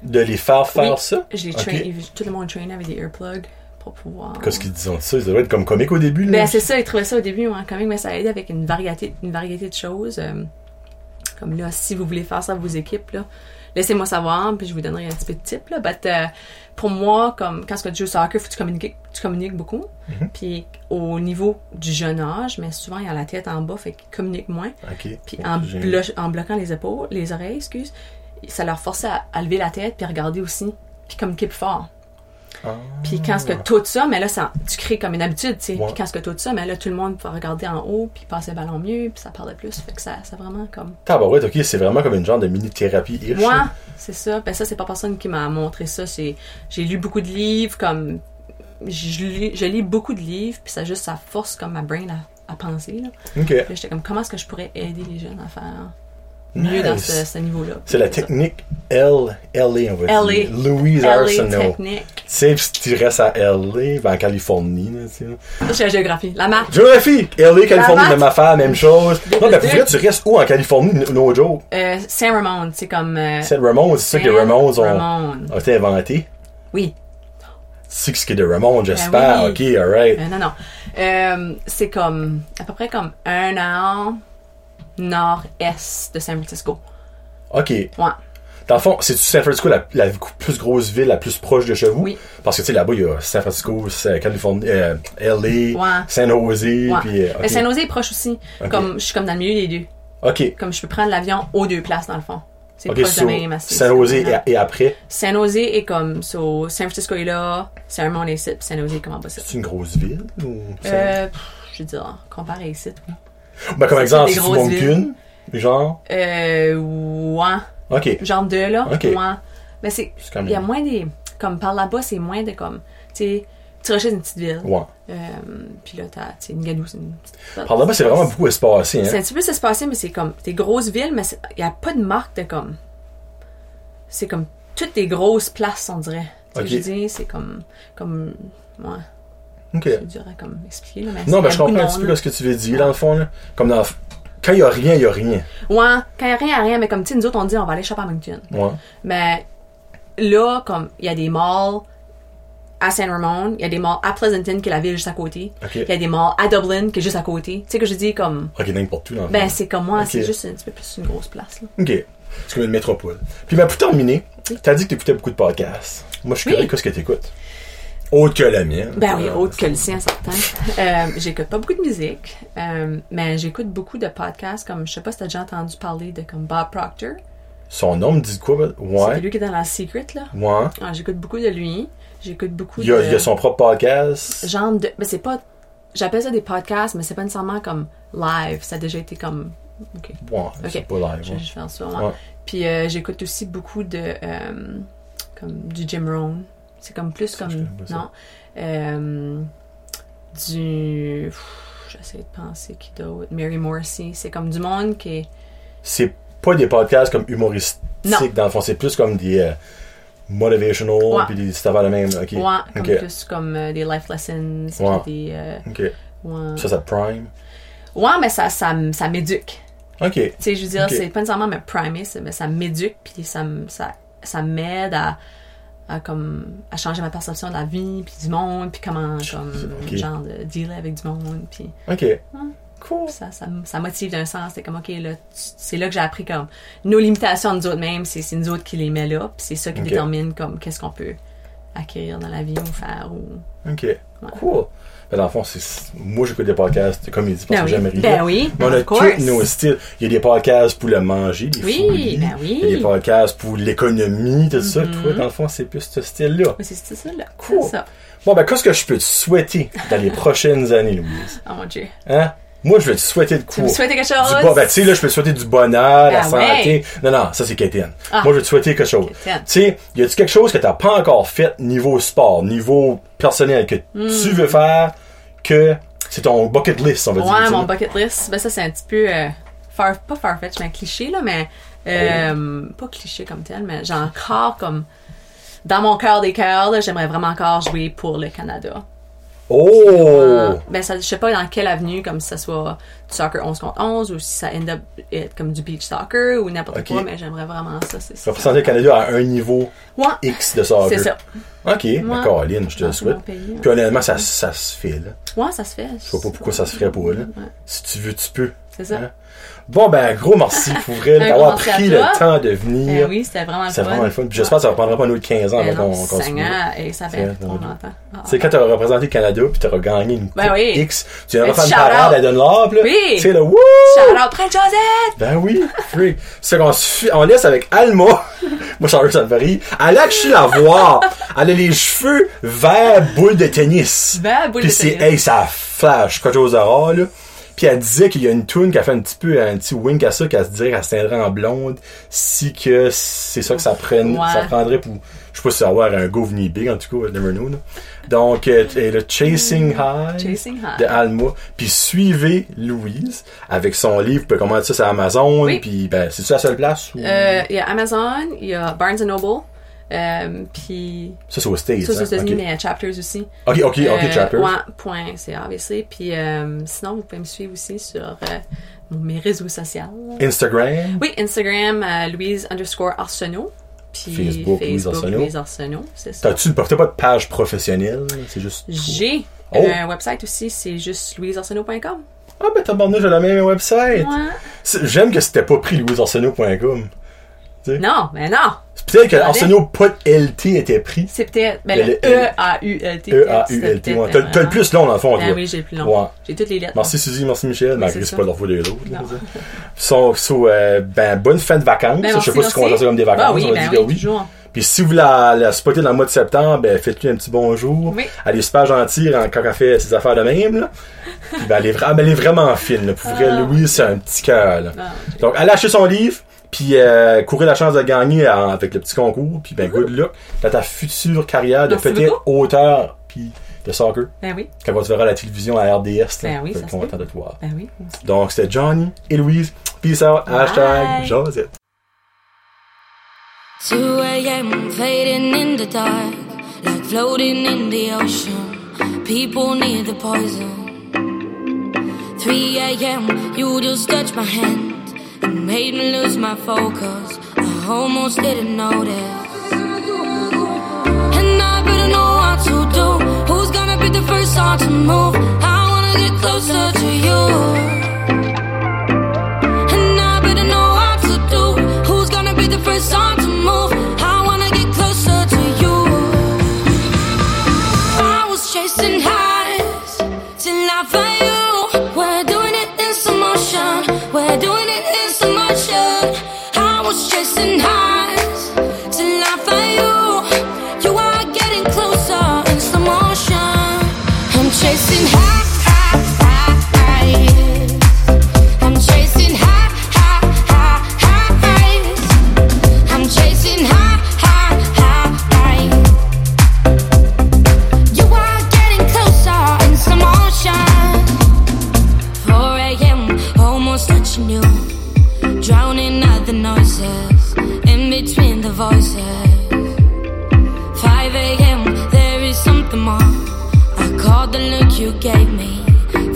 S1: De les faire faire
S2: Oui,
S1: ça?
S2: Je les
S1: Ok.
S2: traîne- tout le monde traîne avec des earplugs pour pouvoir.
S1: Qu'est-ce qu'ils disent de ça? Ils devraient être comme comiques au début, là.
S2: Ben, c'est ça, ils trouvaient ça au début, hein, quand même, mais ça aide avec une variété, une variété de choses. euh, comme là, si vous voulez faire ça à vos équipes, là, laissez-moi savoir, puis je vous donnerai un petit peu de tips. Là. But, euh, pour moi, comme quand tu joues au soccer, faut que tu communiques, tu communiques beaucoup.
S1: Mm-hmm.
S2: Puis au niveau du jeune âge, mais souvent, il a la tête en bas, fait qu'ils communiquent moins.
S1: Ok.
S2: Puis en,
S1: J'ai-
S2: blo- en bloquant les épaules, les oreilles, excuse, ça leur forçait à, à lever la tête, puis à regarder aussi, puis communiquer plus fort.
S1: Ah.
S2: Puis quand ce que tout ça, mais là, ça, tu crées comme une habitude, tu sais.
S1: Ouais.
S2: Puis quand ce que tout ça, mais là, tout le monde va regarder en haut, puis passer le ballon mieux, puis ça parlait plus. Fait que ça, ça vraiment comme.
S1: Tabarouette, ok, c'est vraiment comme une genre de mini-thérapie-ish.
S2: Moi,
S1: là.
S2: c'est ça. Ben ça, c'est pas personne qui m'a montré ça. C'est, j'ai lu beaucoup de livres, comme. Je lis, je lis beaucoup de livres, puis ça juste, ça force comme ma brain à, à penser, là.
S1: Ok.
S2: Puis là, j'étais comme, comment est-ce que je pourrais aider les jeunes à faire mieux dans
S1: Nice.
S2: ce, ce niveau-là.
S1: C'est la technique L, LA, on va
S2: LA.
S1: dire. Louise
S2: LA
S1: Arsenault. Tu
S2: technique.
S1: sais, si tu restes à LA, ben, en Californie, là, tu sais.
S2: C'est la géographie. La marque.
S1: Géographie! LA, Californie,
S2: maths.
S1: même affaire, même chose. Non, ben, pour
S2: deux.
S1: vrai, tu restes où en Californie, no joke?
S2: Euh, Saint Ramon, c'est comme. euh,
S1: C'est Ramones, c'est ça que les
S2: San
S1: Ramones ont,
S2: Ramon.
S1: ont été inventés.
S2: Oui.
S1: C'est ce qui est de Ramon, j'espère.
S2: Ben
S1: Ok, alright.
S2: Euh, non, non. Euh, c'est comme à peu près comme un an nord-est de San Francisco.
S1: Ok.
S2: Ouais.
S1: Dans le fond, c'est-tu San Francisco la, la plus grosse ville, la plus proche de chez vous?
S2: Oui.
S1: Parce que, tu sais, là-bas, il y a San Francisco, c'est Californie, euh, LA,
S2: Ouais.
S1: San Jose,
S2: Ouais.
S1: puis... euh, ok.
S2: Mais San Jose est proche aussi.
S1: Ok.
S2: Comme je suis comme dans le milieu des deux.
S1: Ok.
S2: Comme je peux prendre l'avion aux deux places dans le fond. C'est
S1: Ok,
S2: proche
S1: so,
S2: de même. assez- hein.
S1: San Jose et, et après,
S2: San Jose est comme so, San Francisco est là, c'est un monde ici, puis San Jose est comme en bas ici.
S1: c'est une grosse ville? Ou...
S2: Euh, pff, je veux dire, comparé ici. oui.
S1: ben, comme
S2: c'est
S1: exemple,
S2: des
S1: si tu
S2: grosses
S1: montes
S2: villes.
S1: qu'une, genre...
S2: Euh, ouais,
S1: Ok.
S2: genre deux là,
S1: Ok.
S2: ouais. Mais c'est,
S1: C'est quand
S2: il y a
S1: même...
S2: moins des, comme par là-bas, c'est moins de comme, tu sais, tu recherches une petite ville.
S1: Ouais.
S2: Euh, puis là, t'as, tu sais, une gadoue, c'est une petite.
S1: Par là-bas, c'est vraiment beaucoup espacé,
S2: C'est
S1: hein?
S2: un petit peu ça se passait, mais c'est comme des grosses villes, mais il n'y a pas de marque de comme. C'est comme toutes des grosses places, on dirait. Tu sais,
S1: Ok.
S2: je dis, c'est comme. comme ouais,
S1: Ok.
S2: c'est dur à comme, expliquer. Là, mais
S1: Non, ben,
S2: c'est- y a
S1: je
S2: beaucoup de
S1: comprends un petit peu
S2: monde,
S1: là, ce que tu veux dire, dans le fond, là. Comme dans... Quand il y a rien, il y a rien.
S2: là. Ouais, quand il n'y a rien, y a rien, mais comme tu sais, nous autres, on dit on va aller shopper à Moncton.
S1: Ouais.
S2: Mais là, comme il y a des malls à San Ramon, il y a des malls à Pleasanton, qui est la ville juste à côté. Il
S1: Ok.
S2: y a des malls à Dublin, qui est juste à côté. Tu sais que je dis comme.
S1: Ok, n'importe où, dans le
S2: Ben,
S1: fond.
S2: c'est comme moi,
S1: Ok.
S2: c'est juste un petit peu plus une grosse place. Là.
S1: Ok. C'est comme une métropole. Puis, ben, pour terminer, t'as dit que t'écoutais beaucoup de podcasts. Moi, je suis
S2: Oui.
S1: curieux, qu'est-ce que t'écoutes? Autre que la mienne.
S2: Ben oui,
S1: Euh,
S2: autre que le sien, certain. Euh, j'écoute pas beaucoup de musique, euh, mais j'écoute beaucoup de podcasts, comme, je sais pas si t'as déjà entendu parler de comme Bob Proctor.
S1: Son nom me dit de quoi? ben?
S2: C'est
S1: Ouais.
S2: lui qui est dans la Secret, là.
S1: Ouais.
S2: Alors, j'écoute beaucoup de lui. J'écoute beaucoup
S1: Il y a,
S2: de...
S1: il y a son propre podcast.
S2: Genre de... Mais c'est pas... J'appelle ça des podcasts, mais c'est pas nécessairement comme live. Ça a déjà été comme... OK.
S1: Ouais, c'est
S2: Ok.
S1: pas live. hein.
S2: Je,
S1: ouais.
S2: je fais en soi,
S1: Ouais.
S2: ouais. Puis euh, j'écoute aussi beaucoup de... euh, comme du Jim Rohn. C'est comme plus
S1: je
S2: comme...
S1: connais pas ça.
S2: Non. Euh, du... pff, J'essaie de penser qui d'autre. Mary Morrissey. C'est comme du monde qui est...
S1: C'est pas des podcasts comme humoristiques,
S2: Non.
S1: dans le fond. C'est plus comme des euh, motivational,
S2: Ouais.
S1: puis des stuff à la même. Ok.
S2: Ouais, comme
S1: Ok.
S2: plus comme euh, des life lessons. puis
S1: Ouais.
S2: Des, euh,
S1: Ok.
S2: ouais.
S1: Ça, ça te prime.
S2: Ouais, mais ça, ça, m- ça m'éduque.
S1: Ok.
S2: Tu sais, je veux dire,
S1: Ok.
S2: c'est pas nécessairement me primer, c'est- mais ça m'éduque, puis ça, m- ça, ça m'aide à, à, comme, à changer ma perception de la vie, puis du monde, puis comment, comme,
S1: Ok.
S2: genre, de dealer avec du monde, puis
S1: Ok.
S2: Hum.
S1: Cool.
S2: ça, ça, m- ça motive d'un sens. C'est comme, OK, là, tu- c'est là que j'ai appris, comme, nos limitations, nous autres mêmes, c'est c'est nous autres qui les met là, puis c'est ça qui
S1: Ok.
S2: détermine, comme, qu'est-ce qu'on peut acquérir dans la vie ou faire, ou...
S1: Ok. Cool. Ben, dans le fond, c'est... moi, j'écoute des podcasts, comme il dit, parce
S2: Ben
S1: que
S2: oui.
S1: j'aime rire.
S2: Ben oui,
S1: Mais on a
S2: of course.
S1: tous nos styles. Il y a des podcasts pour le manger, des
S2: Oui,
S1: fouillis.
S2: ben oui. Mm-hmm.
S1: Il y a des podcasts pour l'économie, tout ça. Toi, dans le fond, c'est plus ce style-là.
S2: Mais c'est c'est ça, là.
S1: Cool.
S2: C'est ça.
S1: Bon, ben, qu'est-ce que je peux te souhaiter dans les prochaines années, Louise?
S2: Oh mon Dieu.
S1: Hein? Moi, je vais te souhaiter de
S2: Tu
S1: quoi?
S2: me souhaites quelque
S1: Du
S2: chose?
S1: bon, ben, tu sais, là, je peux te souhaiter du bonheur, la
S2: Ah
S1: santé. Non, non, ça, c'est Kétienne.
S2: Ah.
S1: Moi, je vais te souhaiter quelque chose. Tu
S2: Kétienne.
S1: sais, y a-tu quelque chose que t'as pas encore fait niveau sport, niveau personnel, que
S2: Mm.
S1: tu veux faire, que c'est ton bucket list, on va dire. tu
S2: Ouais,
S1: sais?
S2: mon bucket list, ben ça c'est un petit peu euh, far, pas farfetch, mais cliché là, mais euh, pas cliché comme tel, mais j'ai encore comme dans mon cœur des cœurs, là, j'aimerais vraiment encore jouer pour le Canada.
S1: Oh!
S2: Euh, ben ça, je sais pas dans quelle avenue, comme si ça soit du soccer 11 contre 11 ou si ça end up être comme du beach soccer ou n'importe
S1: Ok.
S2: quoi, mais j'aimerais vraiment ça. C'est
S1: Tu vas représenter le Canada à un niveau
S2: Ouais,
S1: X de soccer.
S2: c'est ça.
S1: OK, mais Caroline, je te le
S2: Dans
S1: souhaite.
S2: mon pays,
S1: Puis honnêtement, ça, ça se fait, là.
S2: Ouais, ça se fait.
S1: Je vois pas pourquoi ça se ferait pas, là. Si tu veux, tu peux.
S2: C'est ça.
S1: Hein? Bon, ben, gros merci pour vrai
S2: Un
S1: d'avoir
S2: gros merci à
S1: pris
S2: toi.
S1: le temps de venir.
S2: Ben oui, c'était vraiment le
S1: C'est
S2: fun.
S1: vraiment le fun. Puis j'espère que ça ne reprendra pas nous 15 ans
S2: Ben
S1: avant
S2: non,
S1: qu'on continue.
S2: Seigneur, et ça fait
S1: C'est-
S2: on entend. Ah.
S1: Tu sais, quand tu as représenté le Canada puis tu as gagné une
S2: Ben
S1: coupe
S2: oui.
S1: X, tu viendras
S2: Un
S1: faire une
S2: shout-out.
S1: parade à Dunlop, là.
S2: Oui.
S1: Tu sais, là, wouh!
S2: Shout-out, Prince Josette!
S1: Ben oui, free. C'est qu'on se fi- on laisse avec Alma. Moi, Charles Savary. Elle a que je suis la voir. Elle a les cheveux verts boule de tennis.
S2: Verts boule
S1: Puis
S2: de
S1: c'est,
S2: tennis.
S1: hey, ça flash, quelque chose de rare, là. Puis elle disait qu'il y a une tune qui a fait un petit peu un petit wink à ça, qu'elle se dirait qu'elle se tiendrait en blonde si que c'est ça que ça, prenne,
S2: Ouais.
S1: ça prendrait pour. Je sais pas si ça va avoir un go venu big en tout cas, never know. là. Donc, euh, et le Chasing High
S2: Hmm. Chasing High.
S1: de Alma. Puis suivez Louise avec son livre. Vous pouvez commander ça sur Amazon.
S2: Oui.
S1: Puis ben, c'est-tu la seule place? Ou...
S2: Euh, Il y a Amazon, il y a Barnes Noble, euh, puis
S1: ça, c'est aux States.
S2: ça, c'est
S1: hein?
S2: aux États-Unis,
S1: Ok.
S2: mais il y a Chapters aussi.
S1: ok, ok, ok,
S2: Euh,
S1: chapter.
S2: ouais, point, c'est ABC. Puis euh, sinon, vous pouvez me suivre aussi sur euh, mes réseaux sociaux.
S1: Instagram.
S2: Oui, Instagram, euh, Louise underscore Arsenault. puis
S1: Facebook,
S2: Facebook,
S1: Louise Arsenault.
S2: Louise Arsenault, c'est ça.
S1: T'as-tu t'as pas de page professionnelle? C'est juste.
S2: J'ai
S1: Oh.
S2: un website aussi, c'est juste louisearsenault.com.
S1: Ah, ben t'as bandé, j'ai la même website.
S2: Ouais.
S1: C'est- J'aime que c'était pas pris louisorsenault.com.
S2: Non, mais non!
S1: C'est peut-être que arsenault.lt était pris. E
S2: C'est peut-être. Ben,
S1: Le-
S2: le
S1: le-
S2: E-A-U-L-T.
S1: E-A-U-L-T. ouais. T'as t'as le plus long, dans le fond.
S2: Ah
S1: toi.
S2: oui, j'ai le plus long.
S1: Ouais.
S2: J'ai toutes les lettres.
S1: Merci Suzy, merci Michel. Malgré
S2: Ben, c'est
S1: que c'est
S2: ça.
S1: pas leur faute des autres. là,
S2: Non.
S1: ça. So, so, euh, ben, bonne fin de vacances.
S2: Ben,
S1: je sais pas
S2: merci,
S1: si on considère
S2: merci.
S1: ça comme des vacances.
S2: Ah oui,
S1: on a
S2: ben
S1: dit que
S2: oui,
S1: oui.
S2: toujours.
S1: Puis si vous la, la spottez dans le mois de septembre, ben, faites-lui un petit bonjour.
S2: Oui.
S1: Elle est super gentille en- quand elle fait ses affaires de même. Là. Puis, ben, elle, est vra- ben, elle est vraiment fine. là. Pour vrai,
S2: Ah.
S1: Louis, c'est un petit cœur. là.
S2: Ah,
S1: Donc, allez acheter son livre, puis euh, courez la chance de gagner en- avec le petit concours, puis ben good luck dans ta future carrière de
S2: Merci
S1: peut-être auteur, puis de soccer,
S2: ben oui,
S1: quand on te verra à la télévision à RDS. là,
S2: Ben oui,
S1: peut-être
S2: ça se
S1: qu'on va
S2: peut.
S1: attendre de te voir.
S2: ben oui.
S1: Donc, c'était Johnny et Louise. Peace out. Hashtag
S2: Bye.
S1: Josette.
S3: 2 a.m. fading in the dark, like floating in the ocean. People need the poison. 3 a.m. you just touched my hand and made me lose my focus. I almost didn't notice. And I better know what to do. Who's gonna be the first one to move? I wanna get closer to you. And I better know what to do. Who's gonna be the first one to move? I wanna get closer to you. I was chasing highs till I found you. We're doing it in slow motion. We're doing it in slow motion. I was chasing highs till I found you. You are getting closer in slow motion. I'm chasing high, high, high, highs. I'm chasing high, high, high, high highs. I'm chasing high, high, high, high. You are getting closer in slow motion. 4 a.m. almost touching you, drowning out the noises in between the voices. 5 a.m. there is something more. I caught the look you gave me,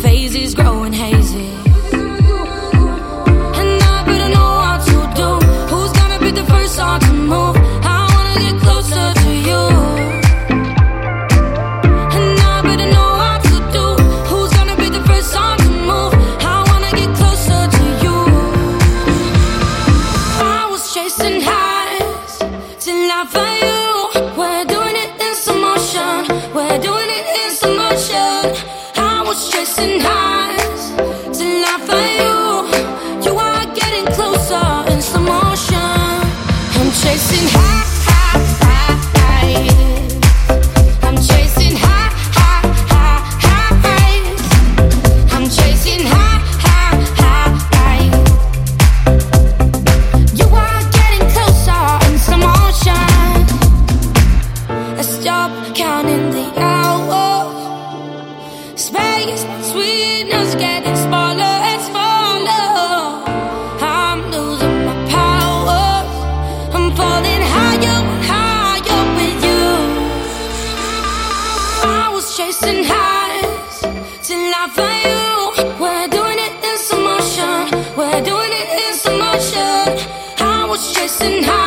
S3: faces growing hazy. And I better know what to do. Who's gonna be the first one to move? I wanna get closer to you. And I better know what to do. Who's gonna be the first one to move? I wanna get closer to you. I was chasing highs till I found you. We're doing it in slow motion. We're doing it in slow motion. I was chasing highs till I found you. You are getting closer in slow motion. I'm chasing high, high, high, highs. I'm chasing high, high, high, high highs. I'm chasing high, high, high, highs. You are getting closer in slow motion. I stop counting the hours. Space between us getting smaller and smaller. I'm losing my power. I'm falling higher and higher with you. I was chasing highs till I found you. We're doing it in slow motion. We're doing it in slow motion. I was chasing highs.